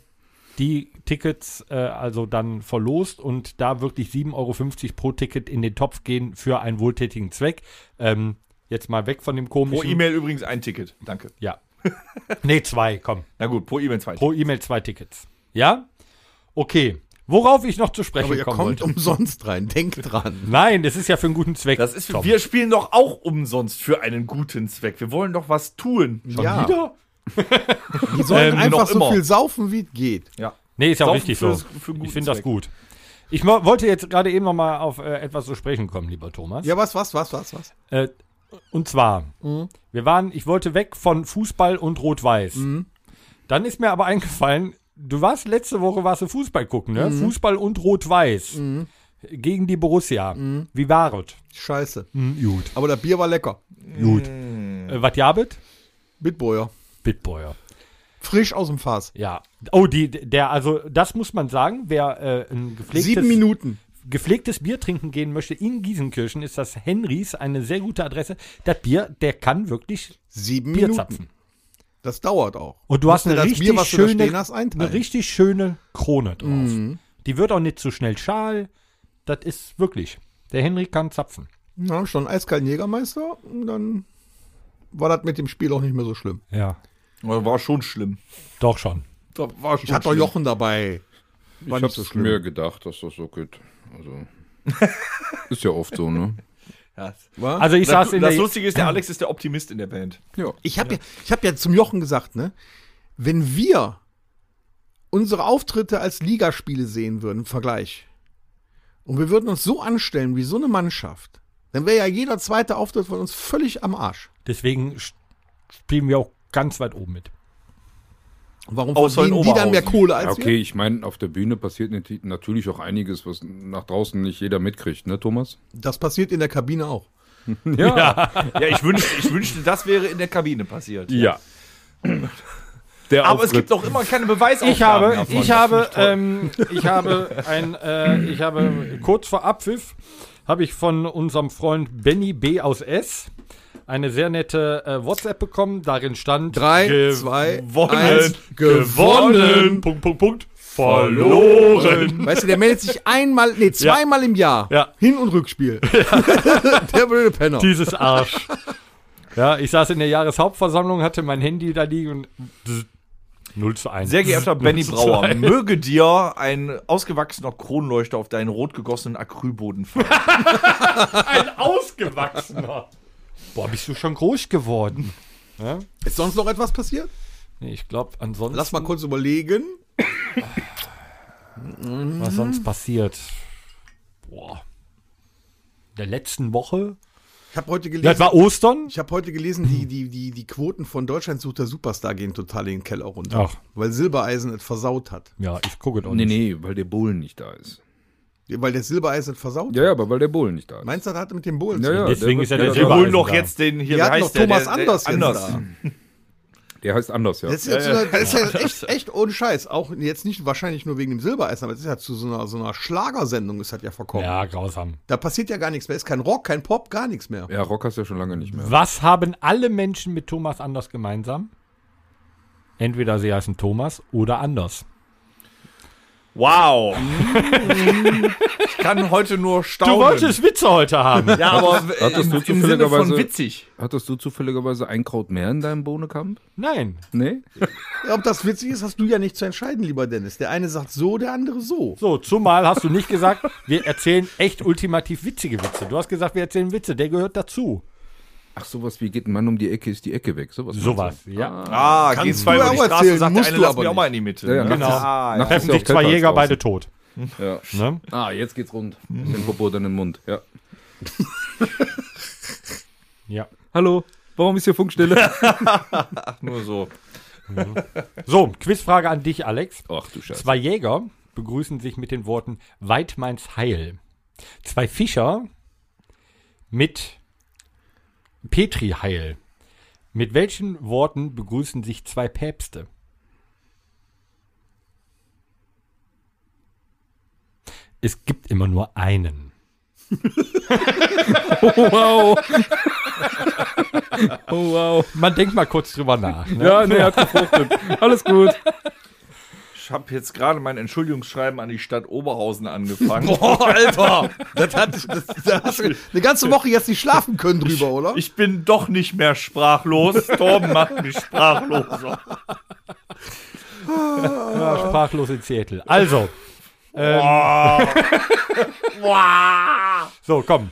die Tickets äh, also dann verlost und da wirklich 7,50 Euro pro Ticket in den Topf gehen für einen wohltätigen Zweck. Ähm, jetzt mal weg von dem Pro komischen. E-Mail übrigens ein Ticket. Danke. ja. nee, zwei, komm. Na gut, pro E-Mail zwei. Pro E-Mail zwei Tickets. Ja? Okay. Worauf ich noch zu sprechen Aber ihr kommen kommt wollte. umsonst rein. Denkt dran. Nein, das ist ja für einen guten Zweck. um- Das ist, Tom. wir spielen doch auch umsonst für einen guten Zweck. Wir wollen doch was tun. Schon Ja. wieder? Die sollen Ähm, einfach noch so immer. viel saufen, wie es geht. Ja. Nee, ist ja auch Saufen richtig so. fürs- für guten ich finde das Zweck. gut. Ich mo- wollte jetzt gerade eben noch mal auf äh, etwas zu sprechen kommen, lieber Thomas. Ja, was, was, was, was, was? Äh, Und zwar, Mhm. wir waren, ich wollte weg von Fußball und Rot-Weiß. Mhm. Dann ist mir aber eingefallen, du warst letzte Woche warst du Fußball gucken, ne? Mhm. Fußball und Rot-Weiß gegen die Borussia. Mhm. Wie war es? Scheiße. Hm. Hm, Gut. Aber das Bier war lecker. Gut. Mhm. Äh, was jabet? Bitbräuer. Bitbeuer. Frisch aus dem Fass. Ja. Oh, die, der, also das muss man sagen, wer äh, ein gepflegtes Sieben Minuten. gepflegtes Bier trinken gehen möchte in Giesenkirchen, ist das Henrys eine sehr gute Adresse. Das Bier, der kann wirklich Sieben Bier Minuten. zapfen. Das dauert auch. Und du hast Musst eine dir das richtig, Bier, was du da schöne, stehen hast, einteilen. Mhm. eine richtig schöne Krone drauf. Die wird auch nicht zu schnell schal. Das ist wirklich. Der Henry kann zapfen. Ja, schon einen eiskalten Jägermeister. Und dann war das mit dem Spiel auch nicht mehr so schlimm. Ja. War schon schlimm. Doch schon. Ich hatte doch Jochen dabei. Ich War nicht hab's so schlimm. mir gedacht, dass das so geht. Also. ist ja oft so, ne? Ja. War? Also ich Das, saß in das der. Lustige ist, der Alex ist der Optimist in der Band. Ja. Ich habe ja. ich hab ja zum Jochen gesagt, ne? Wenn wir unsere Auftritte als Ligaspiele sehen würden im Vergleich und wir würden uns so anstellen wie so eine Mannschaft, dann wäre ja jeder zweite Auftritt von uns völlig am Arsch. Deswegen sch- spielen wir auch ganz weit oben mit. Warum Außer in verdienen die dann mehr Oberhausen. Kohle Ja, als okay, ich meine, auf der Bühne passiert nat- natürlich auch einiges, was nach draußen nicht jeder mitkriegt, ne, Thomas? wir? Das passiert in der Kabine auch. Ja, ich, wünsch, ich wünschte, das wäre in der Kabine passiert. Ja. Der Aber es gibt doch immer keine Beweisaufnahmen. Ich habe, davon. ich habe, ähm, ich habe ein, äh, ich habe kurz vor Abpfiff habe ich von unserem Freund Benny B aus S eine sehr nette äh, WhatsApp bekommen. Darin stand Drei, Ge- zwei, gewonnen, eins, gewonnen. Punkt, Punkt, Punkt. Verloren. Weißt du, der meldet sich einmal, nee, zweimal im Jahr. Ja. Hin- und Rückspiel. der blöde Penner. Dieses Arsch. ja, ich saß in der Jahreshauptversammlung, hatte mein Handy da liegen und 0 zu 1. Sehr geehrter Benny Brauer, möge dir ein ausgewachsener Kronleuchter auf deinen rot gegossenen Acrylboden fallen. Ein ausgewachsener. Boah, bist du schon groß geworden? Ist sonst noch etwas passiert? Nee, ich glaube, ansonsten, Lass mal kurz überlegen. was sonst passiert. Boah. In der letzten Woche? Ich habe heute gelesen. Ja, das war Ostern? Ich habe heute gelesen, die, die, die, die Quoten von Deutschland sucht der Superstar gehen total in den Keller runter. Ach. Weil Silbereisen es versaut hat. Ja, ich gucke doch Nee, nicht. nee, weil der Bohlen nicht da ist. Weil der Silbereisen es versaut Ja, hat. ja, aber weil der Bohlen nicht da ist. Meinst du, das hat mit dem Bullen Ja, ja, Deswegen wird- ist ja der ja, Wir Silber- ja. holen Silbereisen doch da. jetzt den hier, Wir hatten doch Thomas Anders jetzt anders. da. Der heißt anders, ja. Das ist, ja, zu einer, das ist ja echt, echt ohne Scheiß. Auch jetzt nicht wahrscheinlich nur wegen dem Silbereisen, aber es ist ja zu so einer, so einer Schlagersendung, ist hat ja verkommen. Ja, grausam. Da passiert ja gar nichts mehr. Ist kein Rock, kein Pop, gar nichts mehr. Ja, Rock hast du ja schon lange nicht mehr. Was haben alle Menschen mit Thomas Anders gemeinsam? Entweder sie heißen Thomas oder Anders. Wow. ich kann heute nur staunen. Witze heute haben. Ja, aber im, Hattest du im Sinne von zufälligerweise- witzig. Hattest du zufälligerweise ein Kraut mehr in deinem Bohnenkamp? Nein. Nee? Ob das witzig ist, hast du ja nicht zu entscheiden, lieber Dennis. Der eine sagt so, der andere so. So, zumal hast du nicht gesagt, wir erzählen echt ultimativ witzige Witze. Du hast gesagt, wir erzählen Witze, der gehört dazu. Ach, sowas wie geht ein Mann um die Ecke, ist die Ecke weg. Sowas. Sowas, ja. Ah, gehen zwei du über die aber Straße, erzählen, sagt der musst eine, du lass aber mich auch nicht. mal in die Mitte. Ja, ja, Genau. nachts Ah, ist- ja. nachts ist Treffen ja sich auch zwei Telters Jäger, draußen. beide tot. Ja. Ne? Ah, jetzt geht's rund. Mit dem verbotenen Mund, ja. Ja. Hallo, warum ist hier Funkstille? Nur so. So, Quizfrage an dich, Alex. Ach du Scheiße. Zwei Jäger begrüßen sich mit den Worten Weit meins Heil. Zwei Fischer mit Petri Heil. Mit welchen Worten begrüßen sich zwei Päpste? Es gibt immer nur einen. Wow. oh, wow. Man denkt mal kurz drüber nach. Ne? Ja, nee, hat gefruchtet. Alles gut. Ich habe jetzt gerade mein Entschuldigungsschreiben an die Stadt Oberhausen angefangen. Boah, Alter! Das hat, das, da hast du eine ganze Woche jetzt nicht schlafen können drüber, oder? Ich bin doch nicht mehr sprachlos. Torben macht mich sprachloser. Ja, sprachlos in Seattle. Also. Ähm, so, komm.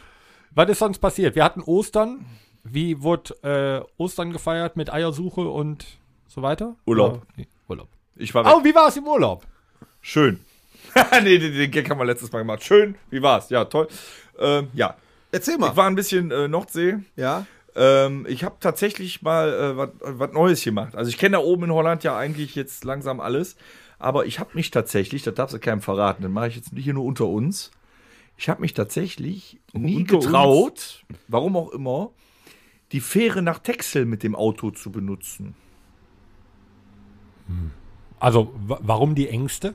Was ist sonst passiert? Wir hatten Ostern. Wie wurde äh, Ostern gefeiert mit Eiersuche und so weiter? Urlaub. Oder- nee, Urlaub. Ich war weg. Oh, wie war es im Urlaub? Schön. nee, den, den Gag haben wir letztes Mal gemacht. Schön. Wie war's? Ja, toll. Ähm, ja. Erzähl Ich mal. war ein bisschen äh, Nordsee. Ja? Ähm, ich habe tatsächlich mal äh, was- was Neues gemacht. Also ich kenne da oben in Holland ja eigentlich jetzt langsam alles, aber ich habe mich tatsächlich, das darfst du keinem verraten, das mache ich jetzt hier nur unter uns. Ich habe mich tatsächlich nie Unter uns? getraut, warum auch immer, die Fähre nach Texel mit dem Auto zu benutzen. Also, wa- warum die Ängste?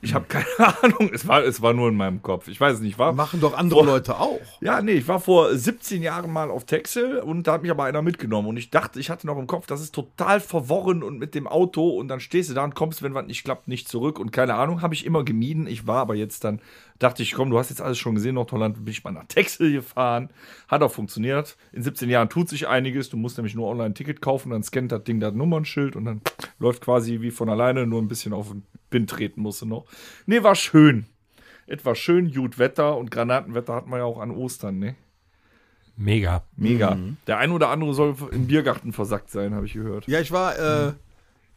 Ich Hm. habe keine Ahnung, es war, es war nur in meinem Kopf. Ich weiß nicht, war. Machen doch andere Leute auch. Ja, nee, ich war vor 17 Jahren mal auf Texel und da hat mich aber einer mitgenommen. Und ich dachte, ich hatte noch im Kopf, das ist total verworren und mit dem Auto und dann stehst du da und kommst, wenn was nicht klappt, nicht zurück. Und keine Ahnung, habe ich immer gemieden. Ich war aber jetzt dann, dachte ich, komm, du hast jetzt alles schon gesehen, Nordholland, bin ich mal nach Texel gefahren. Hat auch funktioniert. In 17 Jahren tut sich einiges. Du musst nämlich nur online ein Ticket kaufen, dann scannt das Ding das Nummernschild und dann läuft quasi wie von alleine, nur ein bisschen auf den Wind treten musst du noch. Nee, war schön. Etwas schön, gut Wetter und Granatenwetter hatten wir ja auch an Ostern, ne? Mega. Mega. Der ein oder andere soll im Biergarten versackt sein, habe ich gehört. Ja, ich war äh, Hm.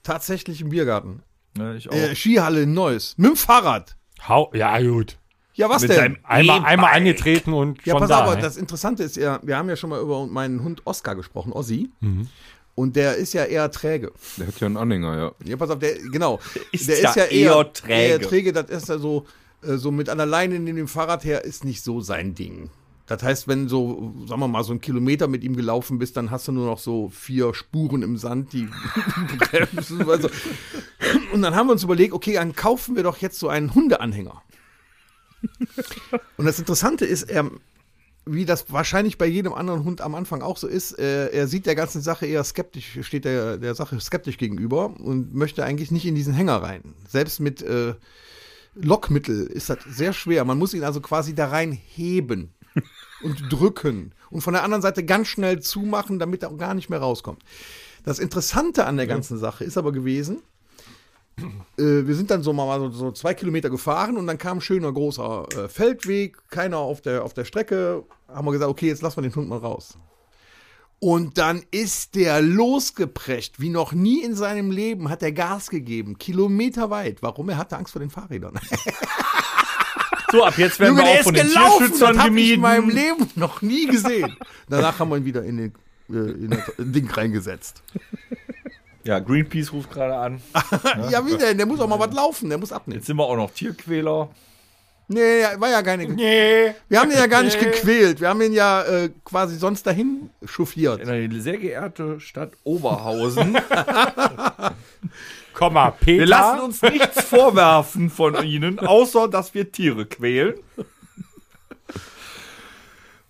tatsächlich im Biergarten. Ja, Ne, ich auch. Äh, Skihalle in Neuss. Mit dem Fahrrad. Hau, ja, gut. Ja, was Mit denn? seinem Einmal, E-Bike. einmal angetreten und Ja, schon pass da. auf, aber ne? das Interessante ist ja, wir haben ja schon mal über meinen Hund Oscar gesprochen, Ossi. Mhm. Und der ist ja eher träge. Der hat ja einen Anhänger, ja. Ja, pass auf, der, genau. Ist der ja ist ja eher eher, träge. Eher träge, das ist ja so, äh, so mit einer Leine neben dem Fahrrad her, ist nicht so sein Ding. Das heißt, wenn so, sagen wir mal, so ein Kilometer mit ihm gelaufen bist, dann hast du nur noch so vier Spuren im Sand, die bremsen. Also. Und dann haben wir uns überlegt, okay, dann kaufen wir doch jetzt so einen Hundeanhänger. Und das Interessante ist, er, wie das wahrscheinlich bei jedem anderen Hund am Anfang auch so ist, äh, er sieht der ganzen Sache eher skeptisch, steht der, der Sache skeptisch gegenüber und möchte eigentlich nicht in diesen Hänger rein. Selbst mit äh, Lockmittel ist das sehr schwer. Man muss ihn also quasi da reinheben und drücken und von der anderen Seite ganz schnell zumachen, damit er auch gar nicht mehr rauskommt. Das Interessante an der ganzen Sache ist aber gewesen, äh, wir sind dann so mal so, so zwei Kilometer gefahren und dann kam ein schöner großer äh, Feldweg, keiner auf der, auf der Strecke. Haben wir gesagt, okay, jetzt lassen wir den Hund mal raus. Und dann ist der losgeprescht, wie noch nie in seinem Leben hat er Gas gegeben, kilometerweit. Warum? Er hatte Angst vor den Fahrrädern. So, ab jetzt werden Junge, wir der auch von ist den gelaufen, das Tierschützern habe ich in gemieden. meinem Leben noch nie gesehen. Danach haben wir ihn wieder in den, äh, in das Ding reingesetzt. Ja, Greenpeace ruft gerade an. Ja, wie denn? Der muss auch mal was laufen, der muss abnehmen. Jetzt sind wir auch noch Tierquäler. Nee, war ja keine. Nee. Wir haben ihn ja gar nicht gequält. Wir haben ihn ja äh, quasi sonst dahin chauffiert. Eine sehr geehrte Stadt Oberhausen. Komma, Peter. Wir lassen uns nichts vorwerfen von Ihnen, außer dass wir Tiere quälen.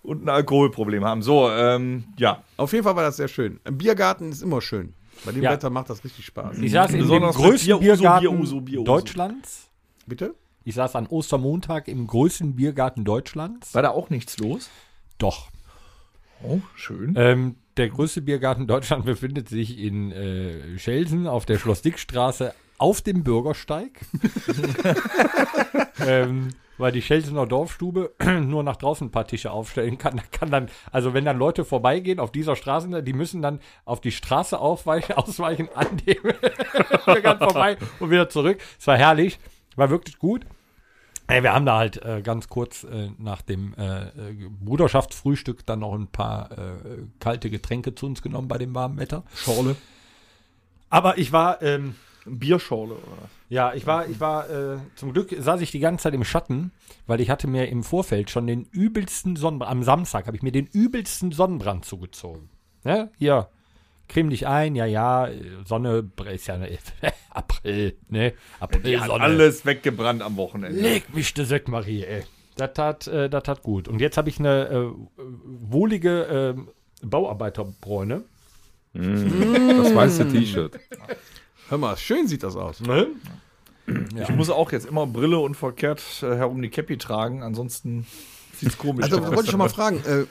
Und ein Alkoholproblem haben. So, ähm, ja. Auf jeden Fall war das sehr schön. Ein Biergarten ist immer schön. Bei dem Ja. Wetter macht das richtig Spaß. ich saß in dem Besonders mit Bier, größten Uso, Bier, Biergarten Uso, Bier, Uso. Deutschlands. Bitte? Ich saß an Ostermontag im größten Biergarten Deutschlands. War da auch nichts los? Doch. Oh, schön. Ähm, der größte Biergarten Deutschlands befindet sich in äh, Schelsen auf der Schlossdickstraße auf dem Bürgersteig. ähm, weil die Schelsener Dorfstube nur nach draußen ein paar Tische aufstellen kann. Da kann dann, also wenn dann Leute vorbeigehen auf dieser Straße, die müssen dann auf die Straße aufweichen, ausweichen, an dem Biergarten vorbei und wieder zurück. Es war herrlich, war wirklich gut. Ey, wir haben da halt äh, ganz kurz äh, nach dem äh, äh, Bruderschaftsfrühstück dann noch ein paar äh, kalte Getränke zu uns genommen bei dem warmen Wetter. Schorle. Aber ich war, ähm, Bierschorle, oder? ja, ich war, ich war, äh, zum Glück saß ich die ganze Zeit im Schatten, weil ich hatte mir im Vorfeld schon den übelsten Sonnenbrand, am Samstag habe ich mir den übelsten Sonnenbrand zugezogen. Ne? Hier, creme dich ein, ja, ja, äh, Sonne br- ist ja äh, April, ne? April, Die hat alles weggebrannt am Wochenende. Leg mich de Söck, Marie, ey. Das tat, äh, das tat gut. Und jetzt habe ich eine äh, wohlige äh, Bauarbeiterbräune. Das weiße T-Shirt. Hör mal, schön sieht das aus. Ne? Ich muss auch jetzt immer Brille und verkehrt äh, herum die Cappy tragen, ansonsten sieht's komisch Also aus. wollte ich schon mal fragen, äh,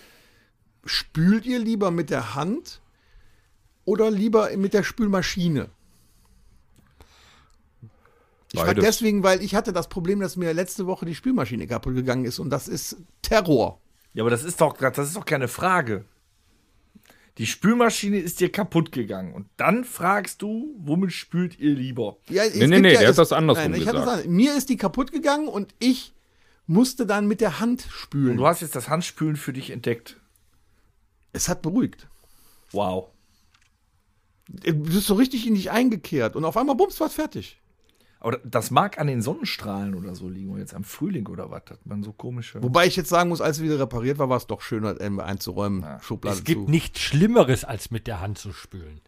spült ihr lieber mit der Hand oder lieber mit der Spülmaschine? Ich frage Beides. deswegen, weil ich hatte das Problem, dass mir letzte Woche die Spülmaschine kaputt gegangen ist und das ist Terror. Ja, aber das ist doch, das ist doch keine Frage. Die Spülmaschine ist dir kaputt gegangen und dann fragst du, womit spült ihr lieber? Ja, es Nee, nee, gibt nee, der hat es- das andersrum ich hab gesagt. anders- mir ist die kaputt gegangen und ich musste dann mit der Hand Und spülen. du hast jetzt das Handspülen für dich entdeckt. Es hat beruhigt. Wow. äh, Du bist so richtig in dich eingekehrt und auf einmal bums, war's fertig. Aber das mag an den Sonnenstrahlen oder so liegen, oder jetzt am Frühling oder was, hat man so komische. Wobei ich jetzt sagen muss, als es wieder repariert war, war es doch schöner, MB einzuräumen. Schublade Es gibt zu. nichts Schlimmeres, als mit der Hand zu spülen.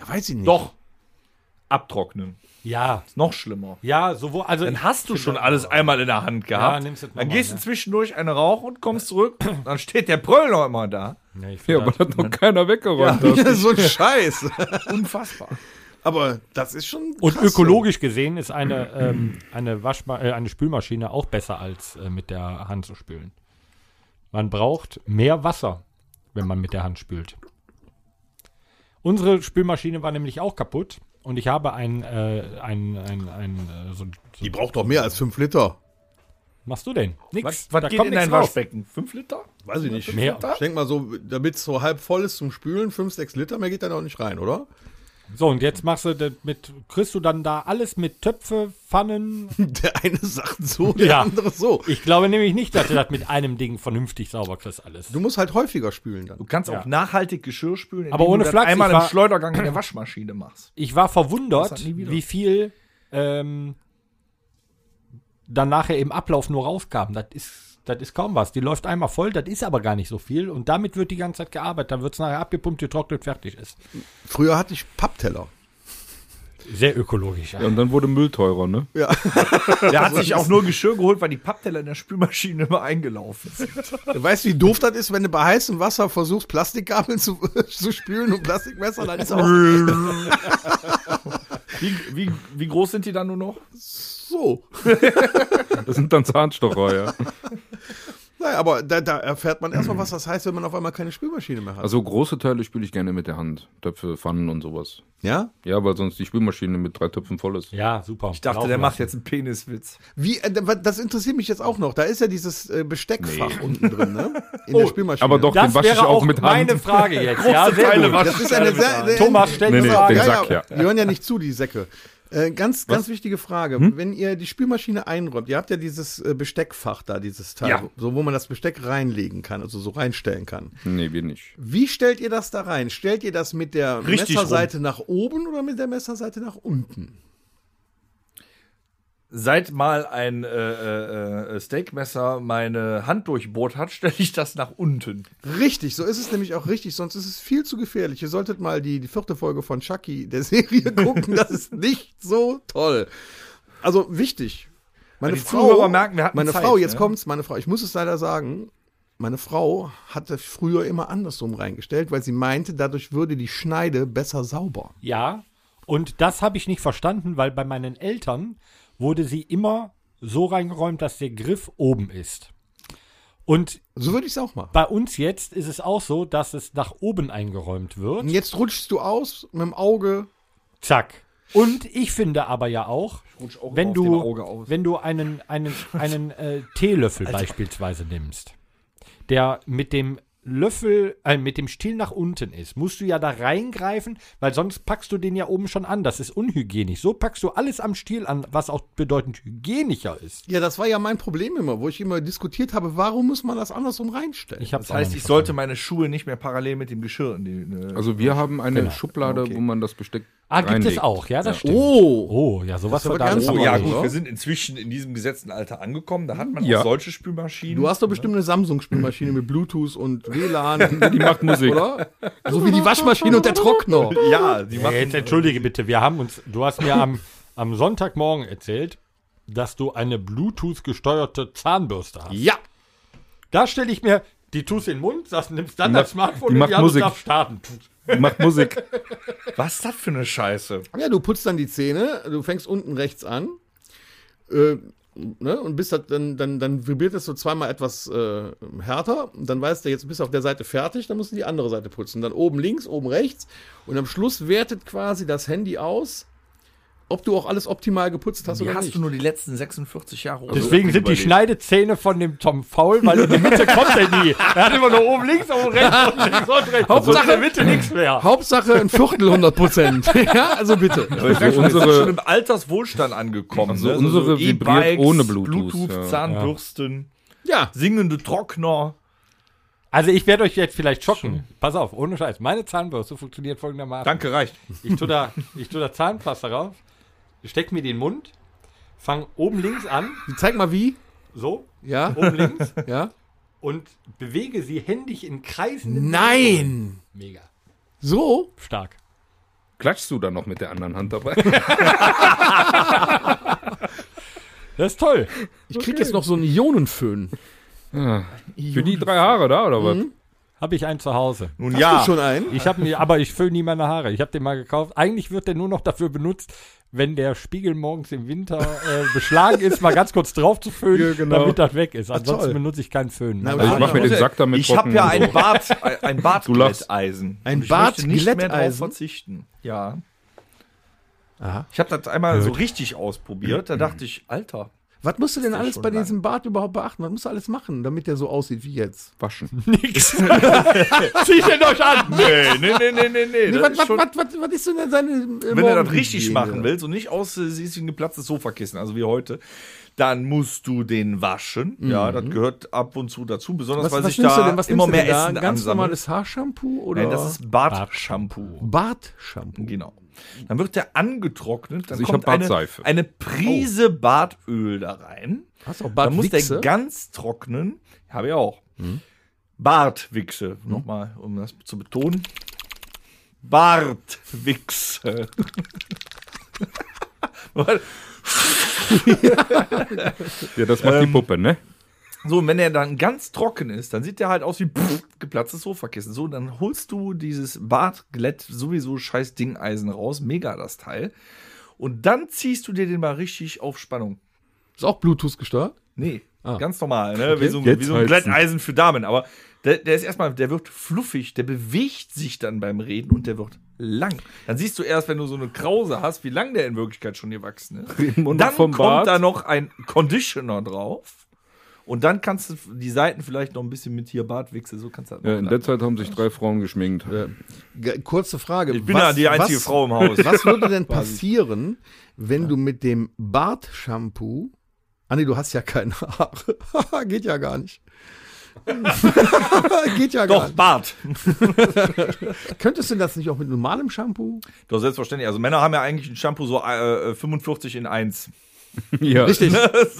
Ja, weiß ich nicht. Doch. Abtrocknen. Ja, Noch schlimmer. ja, sowohl, also Dann hast du schon alles einmal in der Hand gehabt. nimmst das dann nochmal, gehst du ne? zwischendurch eine rauchen und kommst zurück. Dann steht der Bröll noch immer da. Nee, ich Ja, find aber das- das noch keiner weggeräumt hat. so ein Scheiß. Unfassbar. Aber das ist schon. und krass, ökologisch gesehen ist eine, ähm, eine, Waschma äh, eine Spülmaschine auch besser als äh, mit der Hand zu spülen. Man braucht mehr Wasser, wenn man mit der Hand spült. Unsere Spülmaschine war nämlich auch kaputt und ich habe ein, äh, ein, ein, ein äh, so, so Die braucht doch mehr als 5 Liter. machst du denn? Nix. Was, was geht kommt in nix dein raus. Waschbecken? Fünf Liter? Weiß ich nicht. Mehr. Ich denke mal so, damit es so halb voll ist zum Spülen, 5, 6 Liter, mehr geht da noch nicht rein, oder? So, und jetzt machst du das mit, kriegst du dann da alles mit Töpfe, Pfannen. Der eine sagt so, der Ja. andere so. Ich glaube nämlich nicht, dass du das mit einem Ding vernünftig sauber kriegst, alles. Du musst halt häufiger spülen dann. Du kannst auch nachhaltig Geschirr spülen, indem Aber ohne du das Flachs, ich einmal im war- Schleudergang in der Waschmaschine machst. Ich war Das verwundert, hat nie wieder. wie viel ähm, dann nachher im Ablauf nur rauskam. Das ist, das ist kaum was. Die läuft einmal voll, das ist aber gar nicht so viel. Und damit wird die ganze Zeit gearbeitet. Dann wird es nachher abgepumpt, getrocknet, fertig ist. Früher hatte ich Pappteller. Sehr ökologisch. Ja, und dann wurde Müll teurer, ne? Der hat sich auch nur Geschirr geholt, weil die Pappteller in der Spülmaschine immer eingelaufen sind. Du weißt, wie doof das ist, wenn du bei heißem Wasser versuchst, Plastikgabeln zu, zu spülen und Plastikmesser, dann ist auch Wie, wie, wie groß sind die dann nur noch? so. Das sind dann Zahnstocher, ja. Naja, aber da, da erfährt man erstmal, was das heißt, wenn man auf einmal keine Spülmaschine mehr hat. Also große Teile spüle ich gerne mit der Hand. Töpfe, Pfannen und sowas. ja? Ja, weil sonst die Spülmaschine mit drei Töpfen voll ist. Ja, super. Ich jetzt einen Peniswitz. Wie, äh, das interessiert mich jetzt auch noch. Da ist ja dieses äh, Besteckfach unten drin, ne? In der Spülmaschine. Aber doch, Das den wasche ich wäre auch auch mit Hand. meine Frage jetzt. ja, sehr Teile gut. waschen. Das ist eine sehr, sehr Thomas, stell Nee, die nee, Frage. den Sack, ja. Die hören ja nicht zu, die Säcke. Äh, ganz, ganz wichtige Frage. Wenn ihr die Spülmaschine einräumt, ihr habt ja dieses äh, Besteckfach da, dieses Teil, Ja. so wo man das Besteck reinlegen kann, also so reinstellen kann. Nee, wir nicht. Wie stellt ihr das da rein? Stellt ihr das mit der Richtig Messerseite nach oben oder mit der Messerseite nach unten? Seit mal ein äh, äh, äh, Steakmesser meine Hand durchbohrt hat, stelle ich das nach unten. Richtig, so ist es nämlich auch richtig, sonst ist es viel zu gefährlich. Ihr solltet mal die, die vierte Folge von Chucky der Serie gucken, das ist nicht so toll. Also wichtig. Meine Die Frau, Zuhörer merken, wir hatten meine Zeit, Frau, jetzt ne? kommt's, meine Frau, ich muss es leider sagen, meine Frau hatte früher immer andersrum reingestellt, weil sie meinte, dadurch würde die Schneide besser sauber. Ja, und das habe ich nicht verstanden, weil bei meinen Eltern wurde sie immer so reingeräumt, dass der Griff oben ist. Und So würde ich es auch machen. bei uns jetzt ist es auch so, dass es nach oben eingeräumt Und wird. jetzt rutschst du aus mit dem Auge Zack. Und ich finde aber ja auch, rutsch auch wenn auf dem du, Auge aus. Also wenn du einen, einen, einen äh, Teelöffel beispielsweise nimmst, der mit dem Löffel, äh, mit dem Stiel nach unten ist, musst du ja da reingreifen, weil sonst packst du den ja oben schon an. Das ist unhygienisch. So packst du alles am Stiel an, was auch bedeutend hygienischer ist. Ja, das war ja mein Problem immer, wo ich immer diskutiert habe, warum muss man das andersrum reinstellen? Ich hab's Das heißt, ich sollte meine Schuhe nicht mehr parallel mit dem Geschirr in die. Äh, Also wir haben eine Schublade, wo man das Besteck Ah, gibt es reinlegt. auch, ja, das stimmt. oh, Oh, ja, sowas aber verdammt. ganz oh ja, normal, gut, oder? wir sind inzwischen in diesem gesetzten Alter angekommen. Da hat man Ja. auch solche Spülmaschinen. du hast doch bestimmt eine Samsung-Spülmaschine mit Bluetooth und WLAN, Die macht Musik. oder? So wie die Waschmaschine und der Trockner. ja, die Ja, machen. jetzt entschuldige bitte, wir haben uns, du hast mir am, am Sonntagmorgen erzählt, dass du eine Bluetooth-gesteuerte Zahnbürste hast. Ja, Da stelle ich mir, die tust in den Mund, sagst, nimmst dann Die das macht- Smartphone die in macht Hand Musik. darfst starten. Die macht Musik. Was ist das für eine Scheiße? ja, du putzt dann die Zähne, du fängst unten rechts an äh, ne, und bist halt dann, dann, dann vibriert es so zweimal etwas äh, härter und dann weißt du, jetzt bist du auf der Seite fertig, dann musst du die andere Seite putzen. Dann oben links, oben rechts und am Schluss wertet quasi das Handy aus, ob du auch alles optimal geputzt hast oder nicht. nur die letzten 46 Jahre Also Deswegen sind die Schneidezähne von dem Tom faul, weil in die Mitte kommt er nie. Er hat immer nur oben links, oben rechts, oben links, oben Also rechts. Hauptsache- in der Mitte nichts mehr. Hauptsache ein Viertel 100 Prozent. ja, also bitte. Also Wir sind schon unsere, im Alterswohlstand angekommen. ne? Also unsere vibriert ohne Bluetooth, ja. Bluetooth-Zahnbürsten, Ja, singende Trockner. Also ich werde euch jetzt vielleicht schocken. Pass auf, ohne Scheiß. Meine Zahnbürste funktioniert folgendermaßen. Danke, reicht. Ich tue da, ich tue da Zahnpflaster drauf, steck mir den Mund, fang oben links an, Zeig mal wie. so, Ja, oben links, ja. und bewege sie händisch in Kreisen. Nein! Mega. So? Stark. Klatschst du dann noch mit der anderen Hand dabei? Das ist toll. Ich krieg jetzt noch so einen Ionenföhn. Für die drei Haare da, oder was? Habe ich einen zu Hause. Nun Hast ja. du schon einen? Ich habe mir, aber ich föhne nie meine Haare. Ich habe den mal gekauft. Eigentlich wird der nur noch dafür benutzt, wenn der Spiegel morgens im Winter äh, beschlagen ist, mal ganz kurz drauf zu föhnen, Ja, genau. damit das weg ist. Ansonsten toll. benutze ich keinen Föhn. Na, mehr. aber Also ich mach mir den Sack damit Ich habe trocken ja und ein so. Bart, ein- ein Bartglätteisen. Ein Und ich möchte nicht mehr drauf Bartglätteisen? verzichten. Ja. Aha. Ich habe das einmal so richtig ausprobiert. Da dachte ich, Alter, Was musst du denn ja alles schon bei lang. diesem Bart überhaupt beachten? Was musst du alles machen, damit der so aussieht wie jetzt? Waschen. Nix. Zieht den euch an. Nee, nee, nee, nee, nee, nee. Nee, das was, ist was, schon, was, was, was ist denn seine. äh, wenn du das Morgenhygiene? richtig machen willst und nicht aus äh, siehst wie ein geplatztes Sofakissen, also wie heute, dann musst du den waschen. Ja, das gehört ab und zu dazu, besonders Mhm. Was, weil was sich nimmst du da denn? Was immer nimmst mehr du denn da? Essen Ein Ganz ansammelt. normales Haarshampoo oder? Nein, das ist Bartshampoo. Bartshampoo. Genau. Dann wird der angetrocknet, dann Also ich kommt hab eine, Bartseife. Oh. eine Prise Bartöl da rein. Hast du auch Dann muss der Bartwichse? ganz trocknen. Habe ich auch. Hm. Bartwichse. Nochmal, um das zu betonen. Bartwichse. Ja, das macht die Puppe, ne? so, und wenn er dann ganz trocken ist, dann sieht der halt aus wie pff, geplatztes Sofakissen. So, dann holst du dieses Bartglätt sowieso scheiß Dingeisen raus. Mega das Teil. Und dann ziehst du dir den mal richtig auf Spannung. Ist auch Bluetooth gesteuert? Nee, ganz normal, ne? Wie so, Ah. Jetzt wie so ein heizen. Glätteisen für Damen. Aber der, der ist erstmal, der wird fluffig, der bewegt sich dann beim Reden und der wird lang. Dann siehst du erst, wenn du so eine Krause hast, wie lang der in Wirklichkeit schon gewachsen ist. Mund dann vom kommt Bart. da noch ein Conditioner drauf. Und dann kannst du die Seiten vielleicht noch ein bisschen mit hier Bartwichse, so kannst du das Ja, noch in machen. der Zeit haben sich drei Frauen geschminkt. Ge- Kurze Frage. Ich bin ja die einzige Frau im Haus. Was würde denn passieren, wenn du mit dem Bartshampoo. Ah, nee, du hast ja keine Haare. Geht ja gar nicht. Geht ja gar Doch, Bart. nicht. Könntest du das nicht auch mit normalem Shampoo? Doch, selbstverständlich. Also Männer haben ja eigentlich ein Shampoo so äh, äh, 45 in 1. Ja. Richtig. Damit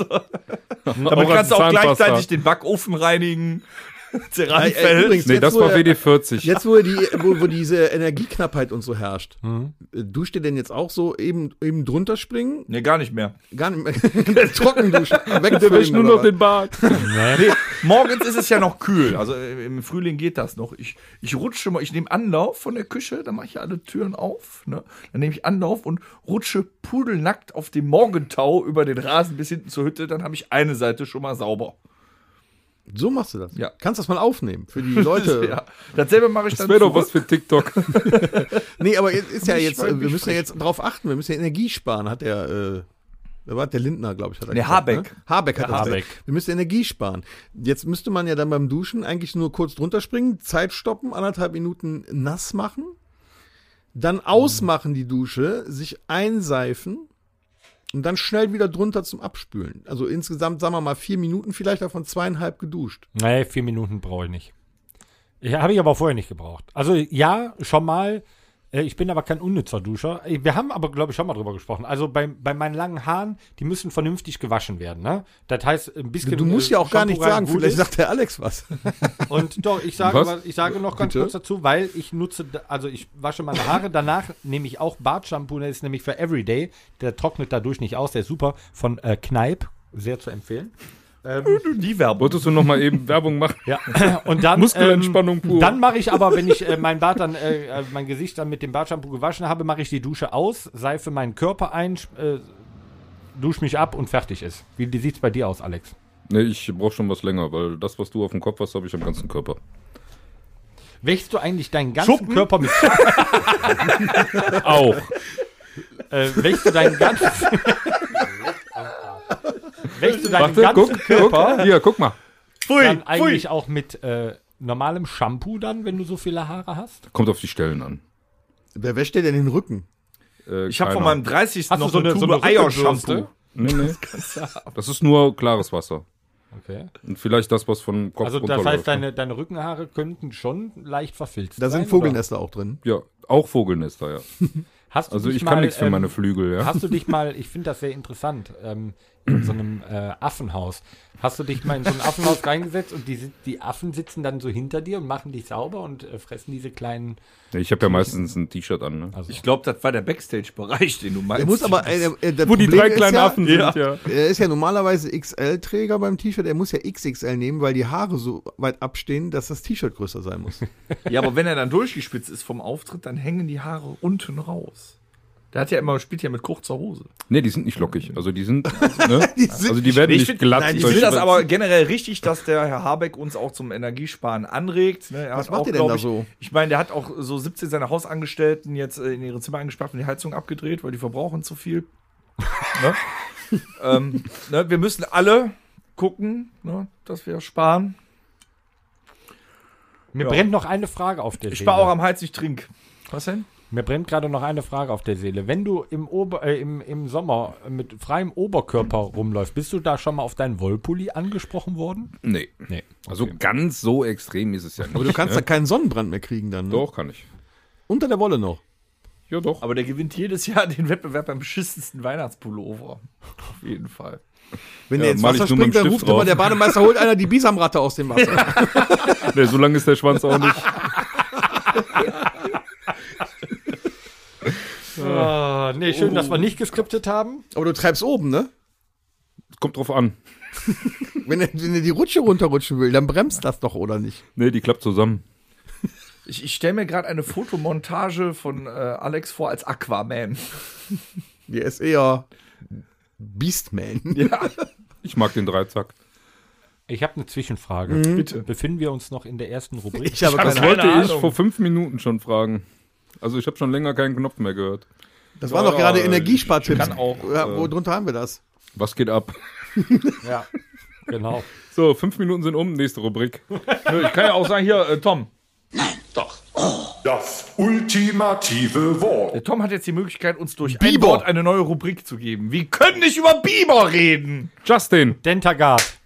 als kannst du auch Zahnpasta. gleichzeitig den Backofen reinigen, Äh, äh, Zeranfeld. übrigens, Nee, jetzt, das wo war er- WD-40. Jetzt, wo, die, wo, wo diese Energieknappheit und so herrscht, Hm. äh, duscht ihr denn jetzt auch so eben, eben drunter springen? Nee, gar nicht mehr. Gar nicht mehr. Trocken duschen. Wäsch Wegfilmen. nur noch oder was? den Bart. Nee, morgens ist es ja noch kühl. Also äh, im Frühling geht das noch. Ich, ich rutsche mal, ich nehme Anlauf von der Küche, dann mache ich ja alle Türen auf. Ne? Dann nehme ich Anlauf und rutsche pudelnackt auf dem Morgentau über den Rasen bis hinten zur Hütte. Dann habe ich eine Seite schon mal sauber. so machst du das. Ja. Kannst das mal aufnehmen für die Leute. ja. Dasselbe mache ich dann Das wäre doch zurück. was für TikTok. Nee, aber jetzt ist ja Ich jetzt, wollte äh, wir mich müssen ja jetzt drauf achten, wir müssen ja Energie sparen, hat der, äh, wer war das? der Lindner, glaube ich, hat er Nee, gesagt, Habeck. Ne? Habeck hat das Habeck. gesagt. Wir müssen Energie sparen. Jetzt müsste man ja dann beim Duschen eigentlich nur kurz drunter springen, Zeit stoppen, anderthalb Minuten nass machen, dann ausmachen die Dusche, sich einseifen und dann schnell wieder drunter zum Abspülen. Also insgesamt, sagen wir mal, vier Minuten, vielleicht davon zweieinhalb geduscht. Nee, vier Minuten brauche ich nicht. Ich, habe ich aber vorher nicht gebraucht. Also ja, schon mal. Äh, Ich bin aber kein unnützer Duscher. Äh, Wir haben aber, glaube ich, schon mal drüber gesprochen. Also bei, bei meinen langen Haaren, die müssen vernünftig gewaschen werden. Ne? Das heißt, ein bisschen. Du musst äh, ja auch gar Shampoo nichts rein, sagen, gut vielleicht ist. sagt der Alex was. Und doch, ich sage, Was? was? ich sage noch ganz Bitte? kurz dazu, weil ich nutze, da- also ich wasche meine Haare, danach nehme ich auch Bartshampoo, der ist nämlich für Everyday, der trocknet dadurch nicht aus, der ist super, von äh, Kneip, sehr zu empfehlen. Die Werbung. Wolltest du noch mal eben Werbung machen? Ja, und dann. Muskelentspannung ähm, pur. Dann mache ich aber, wenn ich äh, mein Bart dann, äh, äh, mein Gesicht dann mit dem Bartshampoo gewaschen habe, mache ich die Dusche aus, seife meinen Körper ein, sch- äh, dusche mich ab und fertig ist. Wie sieht's bei dir aus, Alex? Nee, ich brauche schon was länger, weil das, was du auf dem Kopf hast, habe ich am ganzen Körper. Wächst du eigentlich deinen ganzen Schuppen? Körper mit Auch. äh, wächst du deinen ganzen wächst du deinen Warte, ganzen guck, guck. Hier, guck mal. Pfui, dann eigentlich auch mit äh, normalem Shampoo dann, wenn du so viele Haare hast? Kommt auf die Stellen an. Wer wäscht dir denn den Rücken? Äh, Ich habe von keiner. meinem 30. Hast du noch so so eine eine- so Tube eine Rückenbürste? Eiershampoo. Nee, nee. Das ist nur klares Wasser. Okay. Und vielleicht das, was von Kopf Also das runterläuft, ne? heißt, deine, deine Rückenhaare könnten schon leicht verfilzt Da sein. sind Vogelnester auch drin. ne? Ja, auch Vogelnester, ja. oder? Hast du Also dich ich kann mal, nichts für ähm, meine Flügel, ja. Hast du dich mal, ich finde das sehr interessant, ähm, in so einem äh, Affenhaus. Hast du dich mal in so ein Affenhaus reingesetzt und die, sit- die Affen sitzen dann so hinter dir und machen dich sauber und äh, fressen diese kleinen. Nee, Ich habe ja meistens ein T-Shirt an, ne? Also, Ich glaube, das war der Backstage-Bereich, den du meinst. Er muss aber, äh, äh, das Wo die Problem drei ist kleinen ja, Affen sind, ja. Er ist ja normalerweise XL-Träger beim T-Shirt. Er muss ja XXL nehmen, weil die Haare so weit abstehen, dass das T-Shirt größer sein muss. Ja, aber wenn er dann durchgespitzt ist vom Auftritt, dann hängen die Haare unten raus. Der hat ja immer, spielt ja mit kurzer Hose. Nee, die sind nicht lockig. Also die sind, ne? Die sind also die werden nicht find- glatt. nein, ich durch- finde das aber generell richtig, dass der Herr Habeck uns auch zum Energiesparen anregt. Ne? Er Was hat macht auch, ihr denn glaub da ich, so? Ich meine, der hat auch so 17 seiner Hausangestellten jetzt äh, in ihre Zimmer eingesperrt und die Heizung abgedreht, weil die verbrauchen zu viel. ne? ähm, ne? Wir müssen alle gucken, ne? dass wir sparen. mir ja. brennt noch eine Frage auf der Ich Seele. spare auch am Heiz, ich trink. Was denn? mir brennt gerade noch eine Frage auf der Seele. Wenn du im, Ober, äh, im, im Sommer mit freiem Oberkörper rumläufst, bist du da schon mal auf deinen Wollpulli angesprochen worden? Nee. Nee. Also ganz so extrem ist es ja nicht. Aber du kannst da ne? keinen Sonnenbrand mehr kriegen dann. Ne? Doch, kann ich. Unter der Wolle noch. Ja, doch. Aber der gewinnt jedes Jahr den Wettbewerb beim beschissensten Weihnachtspullover. Auf jeden Fall. Wenn Ja, der ins mal Wasser ich nur mit dem springt, dann Stift ruft immer drauf. der Bademeister, holt einer die Bisamratte aus dem Wasser. Nee, so lang ist der Schwanz auch nicht. Ah, nee, schön, dass wir nicht geskriptet haben. Aber du treibst oben, ne? Kommt drauf an. Wenn er, wenn er die Rutsche runterrutschen will, dann bremst das doch, oder nicht? Nee, die klappt zusammen. Ich, ich stelle mir gerade eine Fotomontage von äh, Alex vor als Aquaman. Der ist eher Beastman. Ja. Ich mag den Dreizack. Ich habe eine Zwischenfrage. Bitte. Befinden wir uns noch in der ersten Rubrik? Ich habe hab's keine wohl- Ahnung. Wollte Keine ich Ahnung. vor fünf Minuten schon fragen. Also ich habe schon länger keinen Knopf mehr gehört. Das waren doch Ja, gerade ich Energiespartipps. kann auch, ja, äh, worunter haben wir das? Was geht ab? ja. genau. So, fünf Minuten sind um, nächste Rubrik. Nö, Ich kann ja auch sagen, hier, äh, Tom. Das ultimative Wort. Der Äh, Tom hat jetzt die Möglichkeit, uns durch ein Biber. Wort eine neue Rubrik zu geben. Wir können nicht über Biber reden. Justin, Dentagard.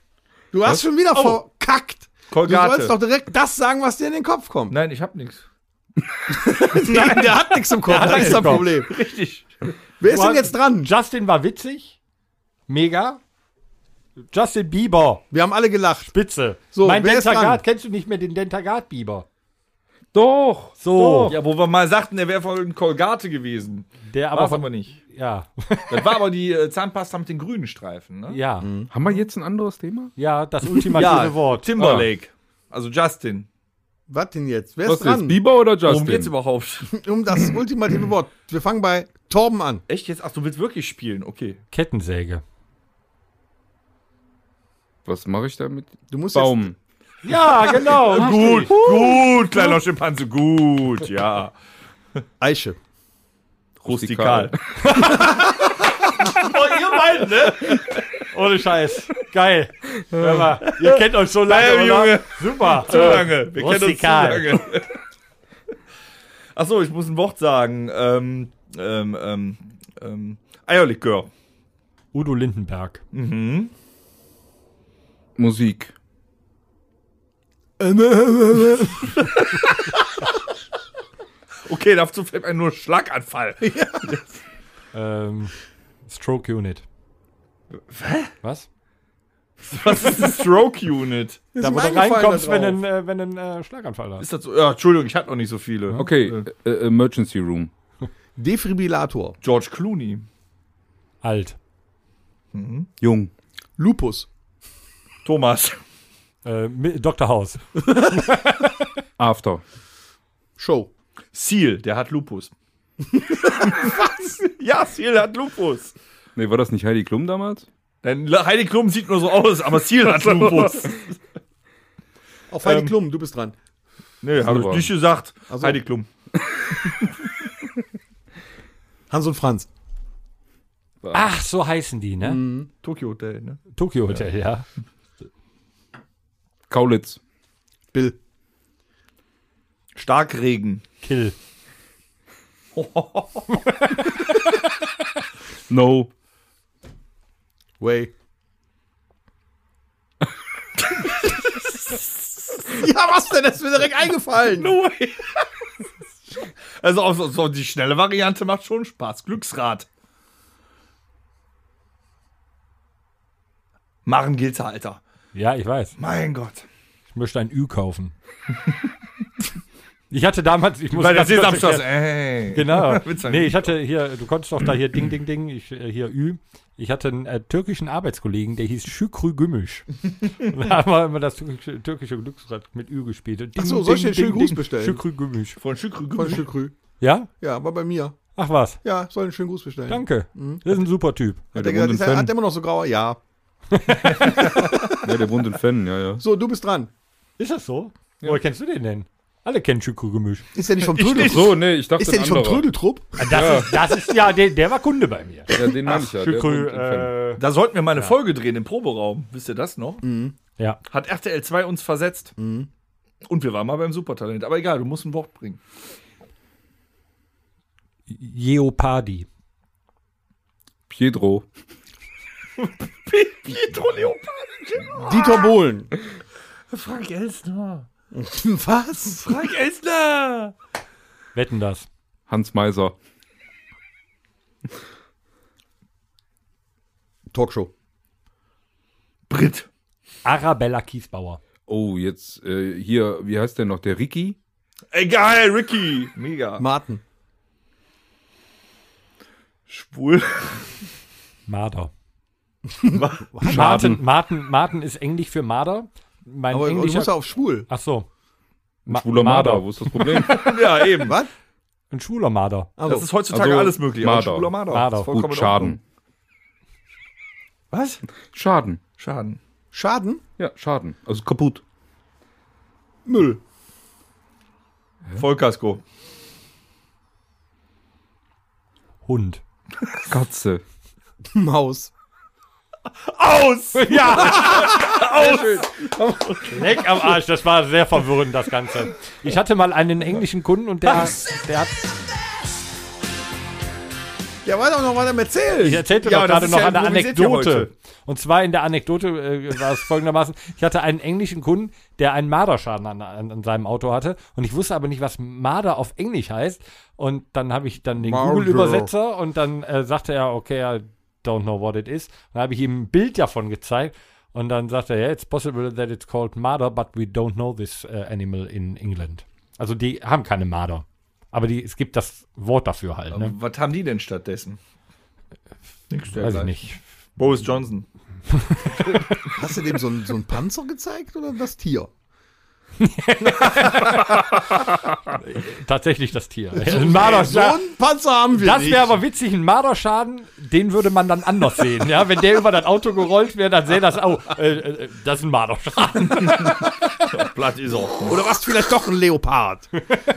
Du hast schon wieder verkackt. Kolgate. Du sollst doch direkt das sagen, was dir in den Kopf kommt. Nein, ich hab nichts. Nein, der hat nichts im Kopf. Das ist das Problem. Richtig. Wer ist Du hast- denn jetzt dran? Justin war witzig. Mega. Justin Bieber. Wir haben alle gelacht. Spitze. So, mein wer ist dran? Dentagard, kennst du nicht mehr den Dentagard Bieber? doch. So, Oh. Ja, Ah, wo wir mal sagten, er wäre von Kolgate gewesen. der aber War's von aber nicht. ja. Das war aber die äh, Zahnpasta mit den grünen Streifen, ne? ja, Haben wir jetzt ein anderes Thema? ja, das ultimative Wort. Timberlake. Also Justin. Was denn jetzt? Wer Was ist, ist dran? Bieber oder Justin? Worum geht's überhaupt? Um das ultimative Wort. Wir fangen bei Torben an. Echt jetzt? Ach, du willst wirklich spielen? Okay. Ah, Kettensäge. Was mache ich damit? Du musst jetzt. Baum. Ja, genau. Gut, gut, kleiner Schimpanse, gut, ja. Eiche. Rustikal. Oh, ihr beiden, ne? Ohne Scheiß. Geil. Hör mal, ihr kennt euch so lange, Geil, oder? Junge. Super. Zu lange. Wir Rustikal. kennen uns zu lange. Achso, ich muss ein Wort sagen. Ähm, ähm, ähm, ähm, Eierlikör. Udo Lindenberg. Musik. Okay, dazu fällt mir nur Schlaganfall. Ähm, Stroke Unit. Was? Was ist ein Stroke Unit? Da, wo du eingefallen reinkommst, da drauf. wenn ein, äh, wenn ein äh, Schlaganfall da ist. Ist das so? Ja, Entschuldigung, ich hatte noch nicht so viele. Okay, äh, Emergency Room. Defibrillator. George Clooney. Alt. Jung. Lupus. Thomas. Äh, Mi- Dr. House. After. Show. Seal, der hat Lupus. Was? Ja, Seal hat Lupus. Nee, war das nicht Heidi Klum damals? Denn Heidi Klum sieht nur so aus, aber Seal hat Lupus. Auf Heidi Klum, du bist dran. Nee, habe ich Super. nicht gesagt. so. Heidi Klum. Hans und Franz. Ach, so heißen die, ne? Tokyo Hotel, ne? Tokyo Hotel, ja. Kaulitz. Bill. Starkregen. Kill. No. Way. denn? Das ist mir direkt eingefallen. No way. Also auch so, so die schnelle Variante macht schon Spaß. Glücksrad. Machen gilt's, Alter. Ja, ich weiß. Mein Gott. Ich möchte ein Ü kaufen. ich hatte damals, ich muss Weil das ganz ist kurz am Schluss. erklären- Ey. Genau. Witz an- nee, ich hatte hier, du konntest doch da hier Ding, Ding, Ding, ich, äh, hier Ü. Ich hatte einen äh, türkischen Arbeitskollegen, der hieß Şükrü Gümüş. da haben wir immer das türkische, türkische Glücksrad mit Ü gespielt. Und Ding, Ach so, soll ich dir einen schönen Gruß bestellen? Şükrü Gümüş. Von Schükrü Von Schükrü. Ja? Ja, war bei mir. Ach was. Ja, Mhm. soll einen schönen Gruß bestellen. Danke. Das ist ein super Typ. Hat der er gesagt, wohnt ist in er, hat Fenn. er immer noch so grauer? Ja. Ja, der wohnt in Fenn, ja, ja. So, du bist dran. Ist das so? Woher kennst du den denn? Alle kennen Şükrü Gümüş. Ist der nicht vom Trödeltrupp? So, nee, ich dachte, Ist der ein nicht vom anderer. Trödeltrupp? Das, ist, das ist, ja, der, der war Kunde bei mir. Ja, den meine ich ja. Der wohnt Şükrü, in Fenn. äh, Da sollten wir mal eine Folge drehen im Proberaum. Wisst ihr das noch? ja. Hat RTL 2 uns versetzt. Und wir waren mal beim Supertalent. Aber egal, du musst ein Wort bringen. Jeopardy. Pietro. Pietro Leopard. Dieter Bohlen. Frank Elstner. Was? Frank Elstner. Wetten das. Hans Meiser. Talkshow. Brit. Arabella Kiesbauer. Oh, jetzt äh, hier, wie heißt der noch? Der Ricky? Egal, Ricky. Mega. Martin. Schwul. Marder. Martin, Martin, Martin ist Englisch für Marder. Mein Aber du musst englischer. ja auf schwul. Ach so. Ma Schwuler Marder, wo ist das Problem? ja, eben. Was? Ein schwuler Marder. Also, Das ist heutzutage Also, alles möglich. aber Marder. schwuler Marder. Marder. Ist vollkommen Gut, in Ordnung. Schaden. Was? Schaden. Schaden. Schaden? Ja, Schaden. Also kaputt. Müll. Vollkasko. Hund. Katze. Maus. Aus! Ja! Aus! Leck am Arsch, das war sehr verwirrend, das Ganze. Ich hatte mal einen englischen Kunden und der, der hat. Ja, weiter noch weiter erzählen. Ich erzählte Ja, doch aber das gerade ist noch ja eine improvisiert hier Anekdote. heute. Und zwar in der Anekdote äh, war es folgendermaßen: Ich hatte einen englischen Kunden, der einen Marderschaden an, an, an seinem Auto hatte. Und ich wusste aber nicht, was Marder auf Englisch heißt. Und dann habe ich dann den Marder. Google-Übersetzer und dann äh, sagte er, okay, I don't know what it is. Und dann habe ich ihm ein Bild davon gezeigt. Und dann sagte er, yeah, it's possible that it's called Marder, but we don't know this äh, animal in England. Also die haben keine Marder. Aber die, es gibt das Wort dafür halt. Ne? Äh, Was haben die denn stattdessen? Nix Weiß ich nicht. Boris Johnson. Hast du dem so einen, so einen Panzer gezeigt oder das Tier? Tatsächlich das Tier. Ein Marderschaden. einen Panzer haben wir Das nicht. wäre aber witzig, ein Marderschaden, den würde man dann anders sehen. Ja, wenn der über das Auto gerollt wäre, dann sähe das, oh, äh, äh, das ist ein Marderschaden. Blatt ist auch. Oder was vielleicht doch ein Leopard?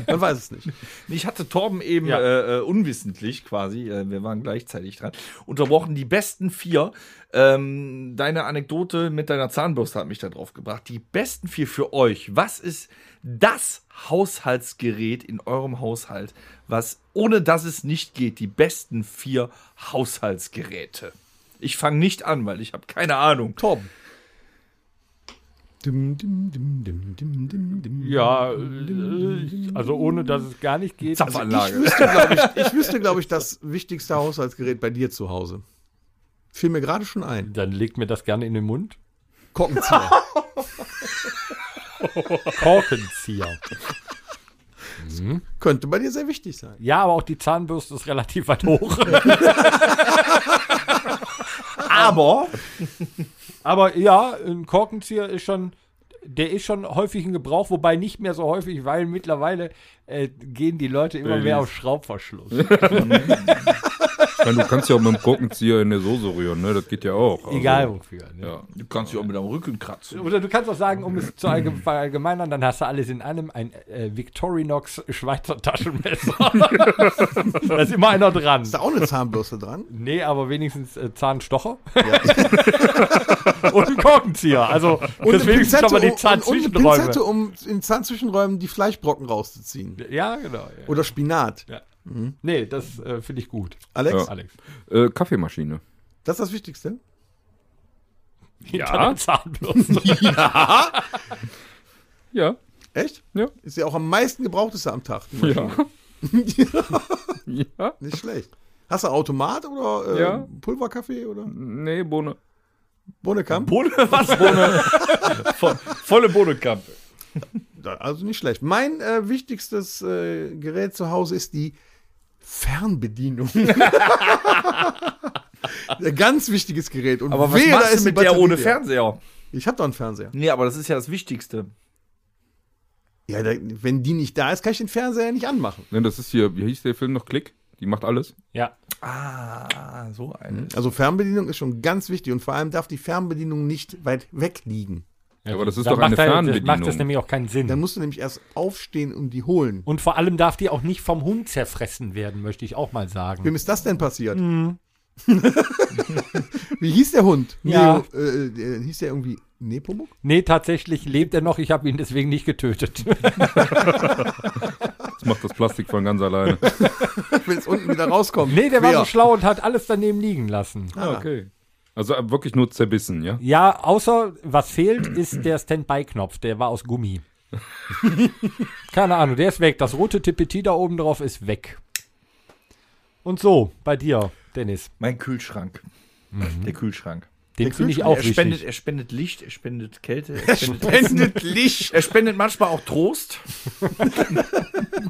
Man weiß es nicht. Ich hatte Torben eben Ja. äh, äh, unwissentlich quasi, äh, wir waren gleichzeitig dran, unterbrochen. Die besten vier. Ähm, deine Anekdote mit deiner Zahnbürste hat mich da drauf gebracht. Die besten vier für euch. Was ist das Haushaltsgerät in eurem Haushalt, was ohne das es nicht geht? Die besten vier Haushaltsgeräte. Ich fange nicht an, weil ich habe keine Ahnung. Torben. Ja, äh, also ohne, dass es gar nicht geht. Zapfanlage. Ich wüsste, glaube ich, das wichtigste Haushaltsgerät bei dir zu Hause. Fiel mir gerade schon ein. Dann legt mir das gerne in den Mund. Korkenzieher. Korkenzieher. Könnte bei dir sehr wichtig sein. Ja, aber auch die Zahnbürste ist relativ weit hoch. Aber Aber ja, ein Korkenzieher ist schon, der ist schon häufig in Gebrauch, wobei nicht mehr so häufig, weil mittlerweile äh, gehen die Leute immer mehr auf Schraubverschluss. Ich meine, du kannst ja auch mit dem Gurkenzieher in der Soße rühren, ne? Das geht ja auch. Also, Egal wofür. Ne? Ja. du kannst dich auch mit am Rücken kratzen. Oder du kannst auch sagen, um es zu allge- verallgemeinern, dann hast du alles in einem ein äh, Victorinox Schweizer Taschenmesser. da ist immer einer dran. Ist da auch eine Zahnbürste dran? Nee, aber wenigstens äh, Zahnstocher. und ein Korkenzieher. Also das wenigstens schon mal die um, und eine Zahnzwischenräume. Pinzette, um in Zahnzwischenräumen die Fleischbrocken rauszuziehen. Ja, genau. Ja. Oder Spinat. Nee, das äh, finde ich gut, Alex, Ja. Alex. Äh, Kaffeemaschine. das ist das Wichtigste. Ah. Ja. Zahnbürste. Ja. Echt? Ja. Ist ja auch am meisten gebrauchteste am Tag. die Maschine. Ja. ja. Nicht schlecht. Hast du Automat oder äh, Ja. Pulverkaffee oder Nee, Bohne. Bohnekamp? Bohne, was? Bohne. Vo- Volle Bohnenkamp. Also nicht schlecht. Mein äh, wichtigstes äh, Gerät zu Hause ist die Fernbedienung. Ein ganz wichtiges Gerät. Und Aber was wehe, da machst du ist die mit der Batterie ohne leer. Fernseher? Ich habe doch einen Fernseher. Nee, aber das ist ja das Wichtigste. Ja, da, wenn die nicht da ist, kann ich den Fernseher ja nicht anmachen. Nee, Ne, das ist hier, wie hieß der Film noch? Klick. Die macht alles. Ja. Ah, so eine. Also Fernbedienung ist schon ganz wichtig und vor allem darf die Fernbedienung nicht weit weg liegen. aber das ist Da doch eine macht halt- das Fernbedienung. macht das nämlich auch keinen Dann Sinn. musst du nämlich erst aufstehen und die holen. Und vor allem darf die auch nicht vom Hund zerfressen werden, möchte ich auch mal sagen. Wem ist das denn passiert? Mhm. Wie hieß der Hund? Ja. Neo, äh, äh, hieß der irgendwie Nepomuk? Nee, tatsächlich lebt er noch. Ich habe ihn deswegen nicht getötet. Das macht das Plastik von ganz alleine. Wenn es unten wieder rauskommt. nee, der war Wer? so schlau und hat alles daneben liegen lassen. Ah, okay. Also äh, wirklich nur zerbissen, ja? Ja, außer was fehlt, ist der Standby-Knopf. Der war aus Gummi. Keine Ahnung, der ist weg. Das rote Tippetit da oben drauf ist weg. Und so, bei dir, Dennis. Mein Kühlschrank. Mhm. Der Kühlschrank. Den Der finde ich Kühlschrank, auch er, spendet, wichtig. er spendet Licht, er spendet Kälte, er spendet, Spendet Licht. er spendet manchmal auch Trost.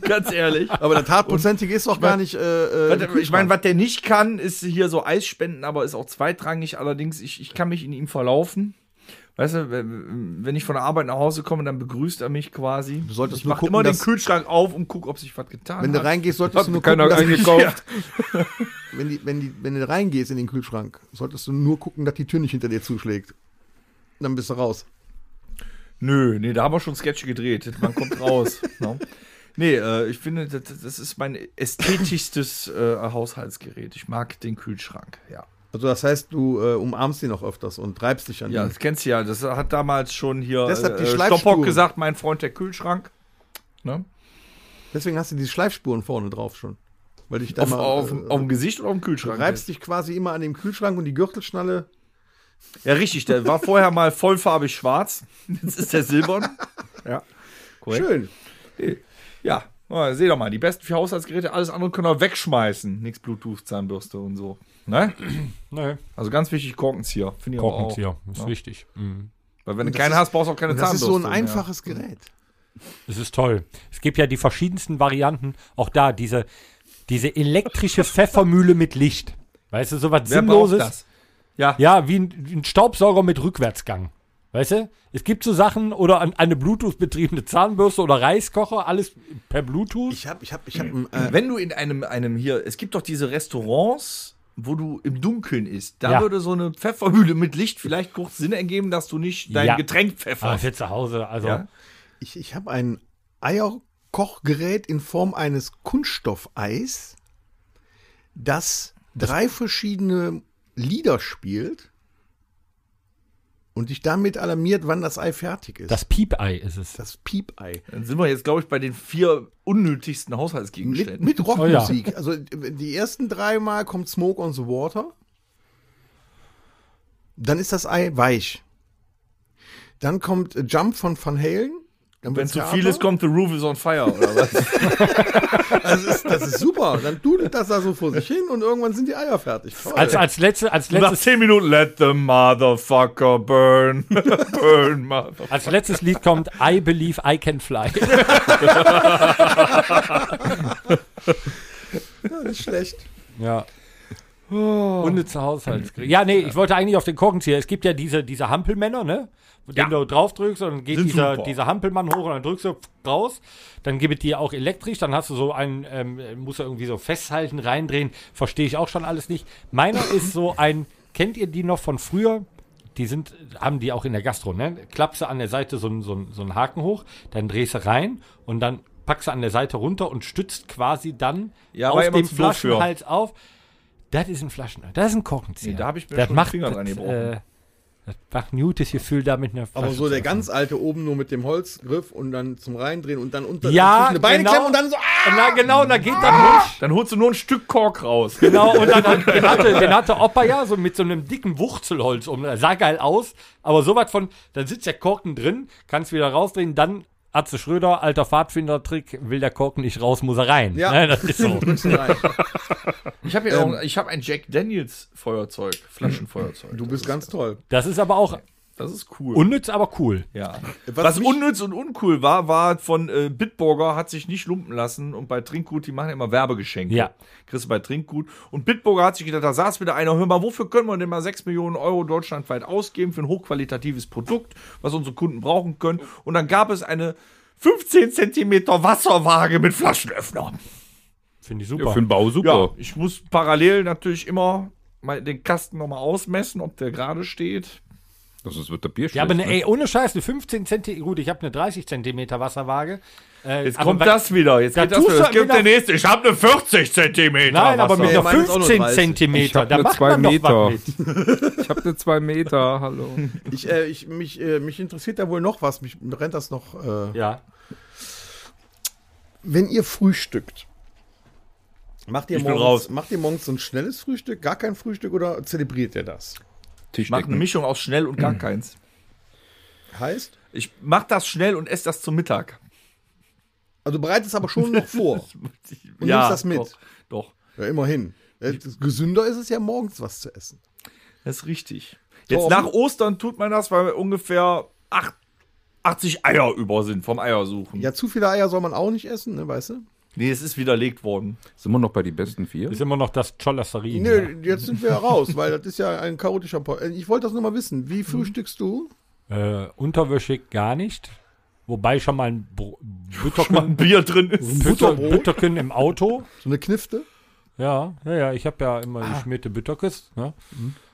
Ganz ehrlich. Aber der Tatprozentige ist doch gar nicht. Äh, äh, Was, ich meine, was der nicht kann, ist hier so Eis spenden, aber ist auch zweitrangig. Allerdings, ich, ich kann mich in ihm verlaufen. Weißt du, wenn wenn ich von der Arbeit nach Hause komme, dann begrüßt er mich quasi. Du solltest ich nur mach gucken, immer den dass- Kühlschrank auf und guck, ob sich was getan wenn du hat. reingehst, solltest du nur gucken, Keiner dass, eingekauft. wenn, die, wenn, die, wenn du reingehst in den Kühlschrank, solltest du nur gucken, dass die Tür nicht hinter dir zuschlägt. Dann bist du raus. Nö, nee, da haben wir schon Sketche gedreht. Man kommt raus. ne? Nee, äh, ich finde, das, das ist mein ästhetischstes äh, Haushaltsgerät. Ich mag den Kühlschrank, ja. Also das heißt, du äh, umarmst ihn noch öfters und treibst dich an Ja, ihn. das kennst du ja. Das hat damals schon hier Deshalb Mhm. die äh, Schleifspuren. Stoppock gesagt, mein Freund der Kühlschrank. Ne? Deswegen hast du diese Schleifspuren vorne drauf schon. Weil dich da Auf, mal, auf, äh, auf dem Gesicht oder auf dem du Kühlschrank? reibst dich quasi immer an dem Kühlschrank und die Gürtelschnalle. Ja, richtig. Der war vorher mal vollfarbig schwarz. Jetzt ist der silbern. ja. Korrekt. Schön. Ja. Oh, seht doch mal, die besten vier Haushaltsgeräte, alles andere können wir wegschmeißen. Nix Bluetooth-Zahnbürste und so. Ne? Nee, Also ganz wichtig, Korkenzieher. Finde ich aber Korkenzieher, ist Ja. wichtig. Mhm. auch. Weil wenn Und du das keinen ist- hast, brauchst du auch keine Und das ist Zahnbürste. so ein mehr. einfaches Gerät. Es ist toll. Es gibt ja die verschiedensten Varianten. Auch da, diese, diese elektrische Pfeffermühle mit Licht. Weißt du, sowas Wer Sinnloses. braucht das? Ja. Ja, wie ein, wie ein Staubsauger mit Rückwärtsgang. Weißt du? Es gibt so Sachen oder an, eine Bluetooth-betriebene Zahnbürste oder Reiskocher, alles per Bluetooth. Ich hab, ich hab, ich hab. Äh, Wenn du in einem, einem hier, es gibt doch diese Restaurants, wo du im Dunkeln isst, da Ja. würde so eine Pfeffermühle mit Licht vielleicht kurz Sinn ergeben, dass du nicht dein Ja. Getränk pfefferst. Aber für Ah, zu Hause, also. Ja. ich ich habe ein Eierkochgerät in Form eines Kunststoffeis, das drei verschiedene Lieder spielt und dich damit alarmiert, wann das Ei fertig ist. Das Piepei ist es. das Piepei. Dann sind wir jetzt, glaube ich, bei den vier unnötigsten Mit, Haushaltsgegenständen. mit Rockmusik. Also äh, die ersten dreimal kommt Smoke on the Water. Dann ist das Ei weich. Dann kommt äh, Jump von Van Halen. Dann Wenn wird's zu härter. viel ist, kommt The Roof is on Fire oder was? Das Also ist, das ist super. Dann dudelt das da so vor sich hin und irgendwann sind die Eier fertig. Toll. Als, als, letzte, als, Nach letztes, zehn Minuten, let the motherfucker burn. burn, motherfucker. als letztes Lied kommt I Believe I Can Fly. Ja, nicht schlecht. ja. Oh. Unnütze Haushaltsgerät. Ja, nee, ich wollte eigentlich auf den Korkenzieher. Es gibt ja diese, diese Hampelmänner, ne? Mit dem du drauf drückst und dann geht Sind dieser, super. dieser Hampelmann hoch und dann drückst du raus. Dann gibt es die auch elektrisch. Dann hast du so einen, ähm, musst du irgendwie so festhalten, reindrehen. Verstehe ich auch schon alles nicht. Meiner ist so ein, kennt ihr die noch von früher? Die sind, haben die auch in der Gastro, ne? Klappst du an der Seite so, einen- so, einen- so einen Haken hoch, dann drehst du rein und dann packst du an der Seite runter und stützt quasi dann Ja, war auf immer dem zu doof für. Flaschenhals auf. Das ist ein Flaschenöl. Das ist ein Korkenzieher. Nee, da hab ich mir das schon den macht, Finger das, dran gebrochen. äh, das macht ein gutes Gefühl da mit einer Flasche Aber so zu der öffnen. ganz alte oben nur mit dem Holzgriff und dann zum Reindrehen und dann unter Ja, zwischen die Beine genau. klemmen und dann so. Ah! Na genau, da geht das nicht. Dann holst du nur ein Stück Kork raus. Genau, und dann hat, den, hatte, den hatte Opa ja so mit so einem dicken Wurzelholz um. Das sah geil aus, aber sowas von, dann sitzt der Korken drin, kannst wieder rausdrehen, dann Atze Schröder, alter Pfadfindertrick, will der Korken nicht raus, muss er rein. Ja. Ne, das ist so. Ich habe ja auch, ich habe ein Jack Daniels Feuerzeug, Flaschenfeuerzeug. Du bist ganz toll. Das ist aber auch Das ist cool. unnütz, aber cool. ja. Was Was, mich- unnütz und uncool war, war von äh, Bitburger hat sich nicht lumpen lassen und bei Trinkgut, die machen ja immer Werbegeschenke. Ja. Kriegst du bei Trinkgut. Und Bitburger hat sich gedacht, da saß wieder einer, hör mal, wofür können wir denn mal 6 Millionen Euro deutschlandweit ausgeben für ein hochqualitatives Produkt, was unsere Kunden brauchen können. Und dann gab es eine 15 Zentimeter Wasserwaage mit Flaschenöffner. Finde ich Ja, super. für den Bau Ja, super. ich muss parallel natürlich immer mal den Kasten nochmal ausmessen, ob der gerade steht. Sonst wird der Bier schlecht. Ja, aber ne, ne? ey, ohne Scheiß, eine 15 Zentimeter, gut, ich habe eine 30 Zentimeter Wasserwaage. Äh, Jetzt aber kommt bei- das wieder. Jetzt da geht das tust wieder. du Jetzt gibt wieder- der nächste. Ich habe eine 40 Zentimeter. Nein, aber mit Wasser. einer meine ist auch nur 15 30. Ich Zentimeter, hab da nur macht zwei man doch Meter. was mit. Ich habe eine 2 Meter, hallo. Ich, äh, ich, mich, äh, mich interessiert da wohl noch was. Mich brennt das noch. Äh. Ja. Wenn ihr frühstückt, macht ihr, Ich bin morgens, raus. macht ihr morgens so ein schnelles Frühstück, gar kein Frühstück oder zelebriert ihr das? Ich mache eine Mischung aus schnell und gar keins. Heißt, Ich mache das schnell und esse das zum Mittag. also bereitest aber schon noch vor. Und nimmst das mit? Doch, doch. Ja, immerhin. Äh, Gesünder ist es ja, morgens was zu essen. Das ist richtig. Jetzt Torben? nach Ostern tut man das, weil ungefähr acht- 80 Eier über sind vom Eiersuchen. Ja, zu viele Eier soll man auch nicht essen, ne, weißt du? Nee, es ist widerlegt worden. Sind wir noch bei die besten vier? Ist immer noch das Cholasserin. Nö, jetzt sind wir ja raus, weil das ist ja ein chaotischer po Äh, Ich wollte das nur mal wissen. Mhm. Wie frühstückst du? Äh, unterwöschig gar nicht. Wobei schon mal ein Bro- Mal ein Butterken, Bier drin ist. Butter, Butterbrot? Butterken im Auto. So eine Knifte? Ja, ja, ja, ich habe ja immer geschmierte Butterkes. Ne?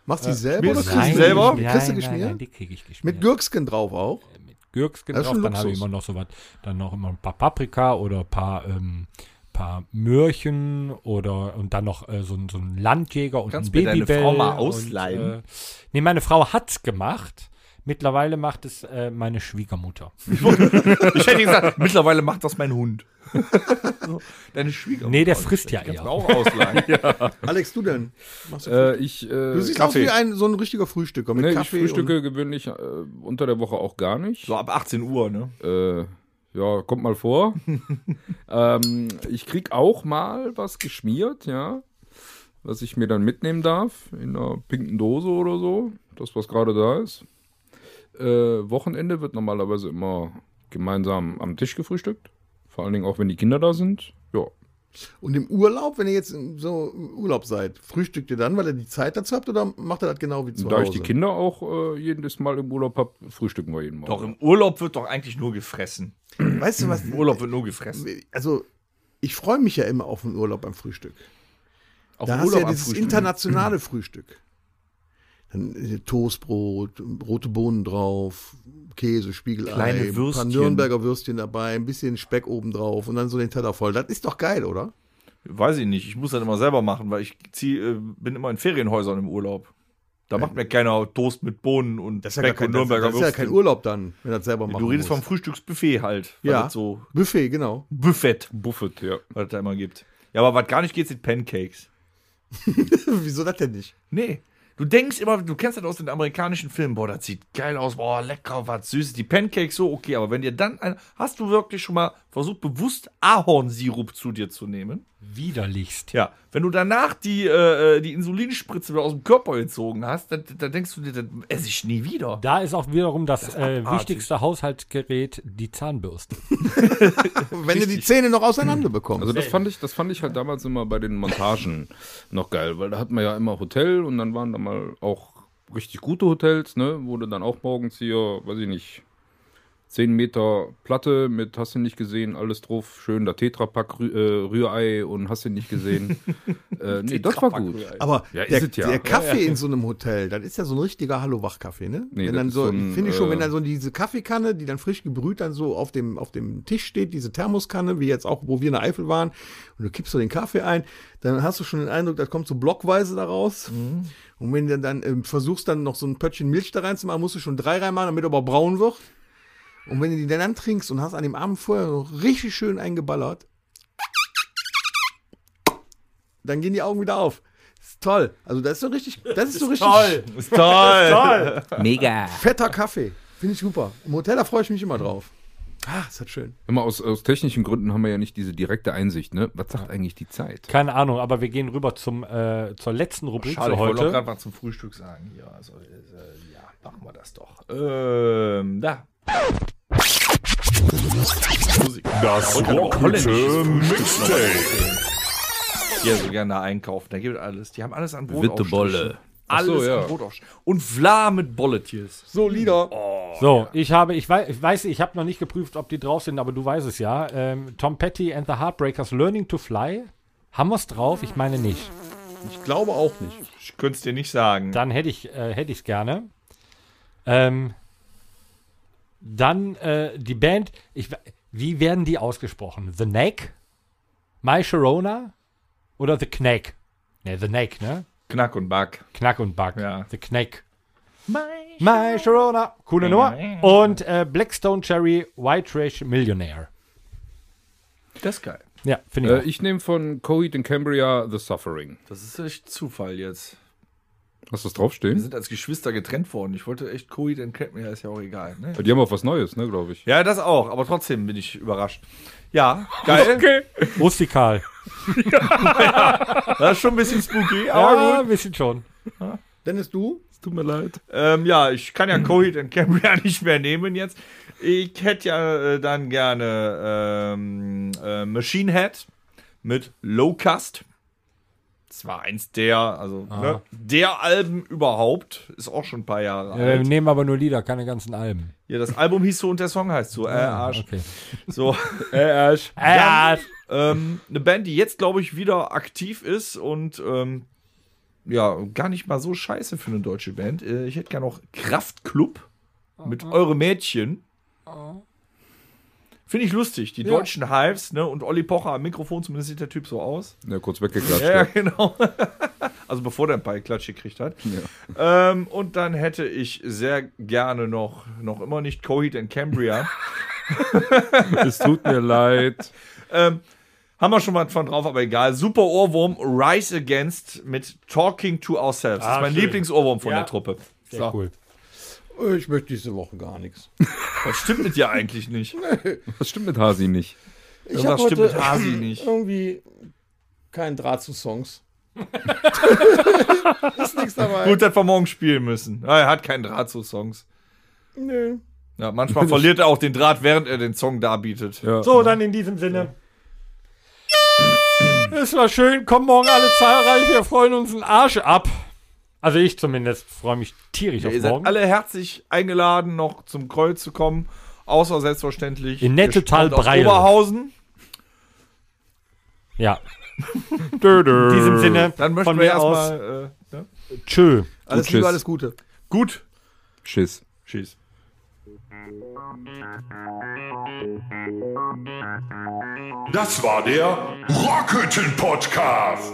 Machst du Äh, die selber oder schmierst du kriegst die du selber? geschmiert? Kriegst du geschmiert? die kriege ich geschmiert. Mit Gürksken drauf auch. Gürks Das ist genau, schon dann habe ich Luxus. immer noch so was. Dann noch immer ein paar Paprika oder ein paar, ähm, paar Möhrchen oder und dann noch äh, so, ein- so ein Landjäger und Kannst ein mir deine Babybell. Frau mal und, ausleihen? äh, nee, meine Frau hat's gemacht. Mittlerweile macht es äh, meine Schwiegermutter. Ich hätte gesagt, mittlerweile macht das mein Hund. So, Deine Schwiegermutter. Nee, der frisst ja Kannst du eher. auch ausladen. Alex, du denn? Äh, ich, äh, Du siehst aus Kaffee. wie ein, so ein richtiger Frühstücker mit nee, Ne, ich Kaffee. frühstücke gewöhnlich äh, unter der Woche auch gar nicht. So ab 18 Uhr, ne? Äh, ja, kommt mal vor. ähm, ich krieg auch mal was geschmiert, ja. Was ich mir dann mitnehmen darf, in einer pinken Dose oder so. Das, was gerade da ist. Äh, Wochenende wird normalerweise immer gemeinsam am Tisch gefrühstückt. Vor allen Dingen auch, wenn die Kinder da sind. Ja. und, und im Urlaub, wenn ihr jetzt in so im Urlaub seid, frühstückt ihr dann, weil ihr die Zeit dazu habt oder macht ihr das genau wie zu Da ich Hause? die Kinder auch äh, jedes Mal im Urlaub habe, frühstücken wir jeden Morgen. Doch, im Urlaub wird doch eigentlich nur gefressen. Weißt du was? Im Urlaub wird nur gefressen. Also, ich freue mich ja immer auf den Urlaub beim Frühstück. Auf da dem hast du ja am dieses Frühstück. internationale Frühstück. Dann äh, Toastbrot, rote Bohnen drauf, Käse, Spiegelei, Kleine ein paar Würstchen. Nürnberger Würstchen dabei, ein bisschen Speck oben drauf und dann so den Teller voll. Das ist doch geil, oder? Weiß ich nicht. Ich muss das immer selber machen, weil ich zieh, äh, bin immer in Ferienhäusern im Urlaub. Da macht mir keiner Toast mit Bohnen und gar Speck kein, und das, Nürnberger das ist ja kein Würstchen. Urlaub dann, wenn das selber machen Du redest muss. vom Frühstücksbuffet halt. weil Ja. das So Buffet, genau. Buffett, Buffet, ja. was es da immer gibt. Ja, aber was gar nicht geht, sind Pancakes. Wieso das denn nicht? Nee. Du denkst immer, du kennst das aus den amerikanischen Filmen, boah, das sieht geil aus, boah, lecker, was Süßes. Die Pancakes so, okay, aber wenn dir dann ein, hast du wirklich schon mal versucht, bewusst Ahornsirup zu dir zu nehmen? Widerlichst. Ja. Wenn du danach die, äh, äh, die Insulinspritze wieder aus dem Körper gezogen hast, dann, dann denkst du dir, das esse ich nie wieder. Da ist auch wiederum das, äh, abartig. wichtigste Haushaltsgerät die Zahnbürste. Wenn du die Zähne noch auseinander bekommst. Also das fand ich, das fand ich halt damals immer bei den Montagen noch geil, weil da hatten wir ja immer Hotel und dann waren da mal auch richtig gute Hotels, ne, wo du dann auch morgens hier, weiß ich nicht, 10 Meter Platte mit hast du nicht gesehen, alles drauf, schön da Tetrapack Rü äh, Rührei und hast du nicht gesehen. äh, nee, das war gut. aber Ja, ist der, es ja. der Kaffee in so einem Hotel, das ist ja so ein richtiger Hallo-Wach-Kaffee, ne? Nee, wenn das dann ist so, so ein, finde ich schon, wenn äh, dann so diese Kaffeekanne, die dann frisch gebrüht dann so auf dem, auf dem Tisch steht, diese Thermoskanne, wie jetzt auch, wo wir in der Eifel waren, und du kippst so den Kaffee ein, dann hast du schon den Eindruck, das kommt so blockweise da raus. Mhm. Und wenn du dann ähm, versuchst, dann noch so ein Pöttchen Milch da reinzumachen, musst du schon drei reinmachen, damit er aber braun wird. Und wenn du die dann trinkst und hast an dem Abend vorher so richtig schön eingeballert, dann gehen die Augen wieder auf. Ist toll. Also das ist so richtig, das ist so richtig Ist toll. fetter Kaffee. Finde ich super. Im Hotel, da freue ich mich immer drauf. Ah, ist das schön. Immer aus, aus technischen Gründen haben wir ja nicht diese direkte Einsicht, ne? Was sagt eigentlich die Zeit? Keine Ahnung, aber wir gehen rüber zum, äh, zur letzten Rubrik Schade, für ich wollte heute. gerade mal zum Frühstück sagen. Ja, also, äh, ja, machen wir das doch. Ähm, da. Musik. Das Und dann auch Rockhütte holländisches Mixtape. Hier so gerne da einkaufen. Da gibt es alles. Die haben alles an Brot Witte aufstrichen. Bolle. Ach Alles so, ja. an Brot aufstrichen. Und Vla mit Bolletjes. So, Lieder. So, ich habe, ich weiß, ich, weiß, ich habe noch nicht geprüft, ob die drauf sind, aber du weißt es ja. Ähm, Tom Petty and the Heartbreakers Learning to Fly. Haben wir es drauf? Ich meine nicht. Ich glaube auch nicht. Ich könnte es dir nicht sagen. Dann hätte ich äh, hätte ich's gerne. Ähm, dann äh, die Band. Ich, we- wie werden die ausgesprochen? The Neck? My Sharona? Oder The Knack? Ne, The Neck, ne? Knack und Back. Knack und Back. Ja. The Knack. My Sharona. Coole Nummer. Und äh, Blackstone Cherry White Trash Millionaire. Das ist geil. Ja, finde Äh, ich. ich nehme von Coheed and Cambria The Suffering. Das ist echt Zufall jetzt. Hast du das Wir draufstehen? sind als Geschwister getrennt worden. Ich wollte echt Coheed and Cambria, ist ja auch egal. Ne? Die haben auch was Neues, ne, glaube ich. Ja, das auch. Aber trotzdem bin ich überrascht. Ja, geil. auch. Rustikal. Das ist schon ein bisschen spooky. Aber Ja, gut. ein bisschen schon. Dennis, du? Es tut mir leid. Ähm, ja, ich kann ja Coheed and Cambria nicht mehr nehmen jetzt. Ich hätte ja äh, dann gerne ähm, äh, Machine Head mit Lowcast. Das war eins der, also ne, der Alben überhaupt. Ist auch schon ein paar Jahre Äh, alt. wir nehmen aber nur Lieder, keine ganzen Alben. Ja, das Album hieß so und der Song heißt so. Äh, Arsch. Okay. So. Ash. Äh, ähm, eine Band, die jetzt, glaube ich, wieder aktiv ist und ähm, ja, gar nicht mal so scheiße für eine deutsche Band. Äh, ich hätte gerne noch Kraftklub mit Eure Mädchen. Oh. Finde ich lustig. Die deutschen Hives, ne? Und Olli Pocher am Mikrofon, zumindest sieht der Typ so aus. Ja, kurz weggeklatscht. Ja, ja, Ja. genau. also bevor der ein paar Klatsch gekriegt hat. Ähm, und dann hätte ich sehr gerne noch, noch immer nicht Coheed and Cambria. Es tut mir leid. Haben wir schon mal von drauf, aber egal. Super Ohrwurm Rise Against mit Talking to Ourselves. das ist mein Ah, schön. Lieblingsohrwurm von Ja. der Truppe. Sehr cool. Ich möchte diese Woche gar nichts. Was stimmt mit dir eigentlich nicht? Das stimmt mit Hasi nicht. Ich Irgendwas hab stimmt mit Hasi nicht. irgendwie keinen Draht zu Songs. ist nichts dabei. Gut, dass wir morgen spielen müssen. Ah, Er hat keinen Draht zu Songs. Nö. Ja, manchmal verliert er auch den Draht, während er den Song darbietet. Ja. So, dann in diesem Sinne. Es war schön, kommen morgen alle zahlreich, wir freuen uns einen Arsch ab. Also ich zumindest freue mich tierisch Ihr auf seid morgen. alle herzlich eingeladen, noch zum Kreuz zu kommen. Außer selbstverständlich. In ihr Nettetal stammt aus Breil. Oberhausen. ja. In diesem Sinne, Dann möchten von wir mir aus, erstmal. Äh, ne? tschö. Alles Gut, Liebe, tschüss. alles Gute. Gut. Tschüss. Tschüss. Das war der Rockhütten Podcast.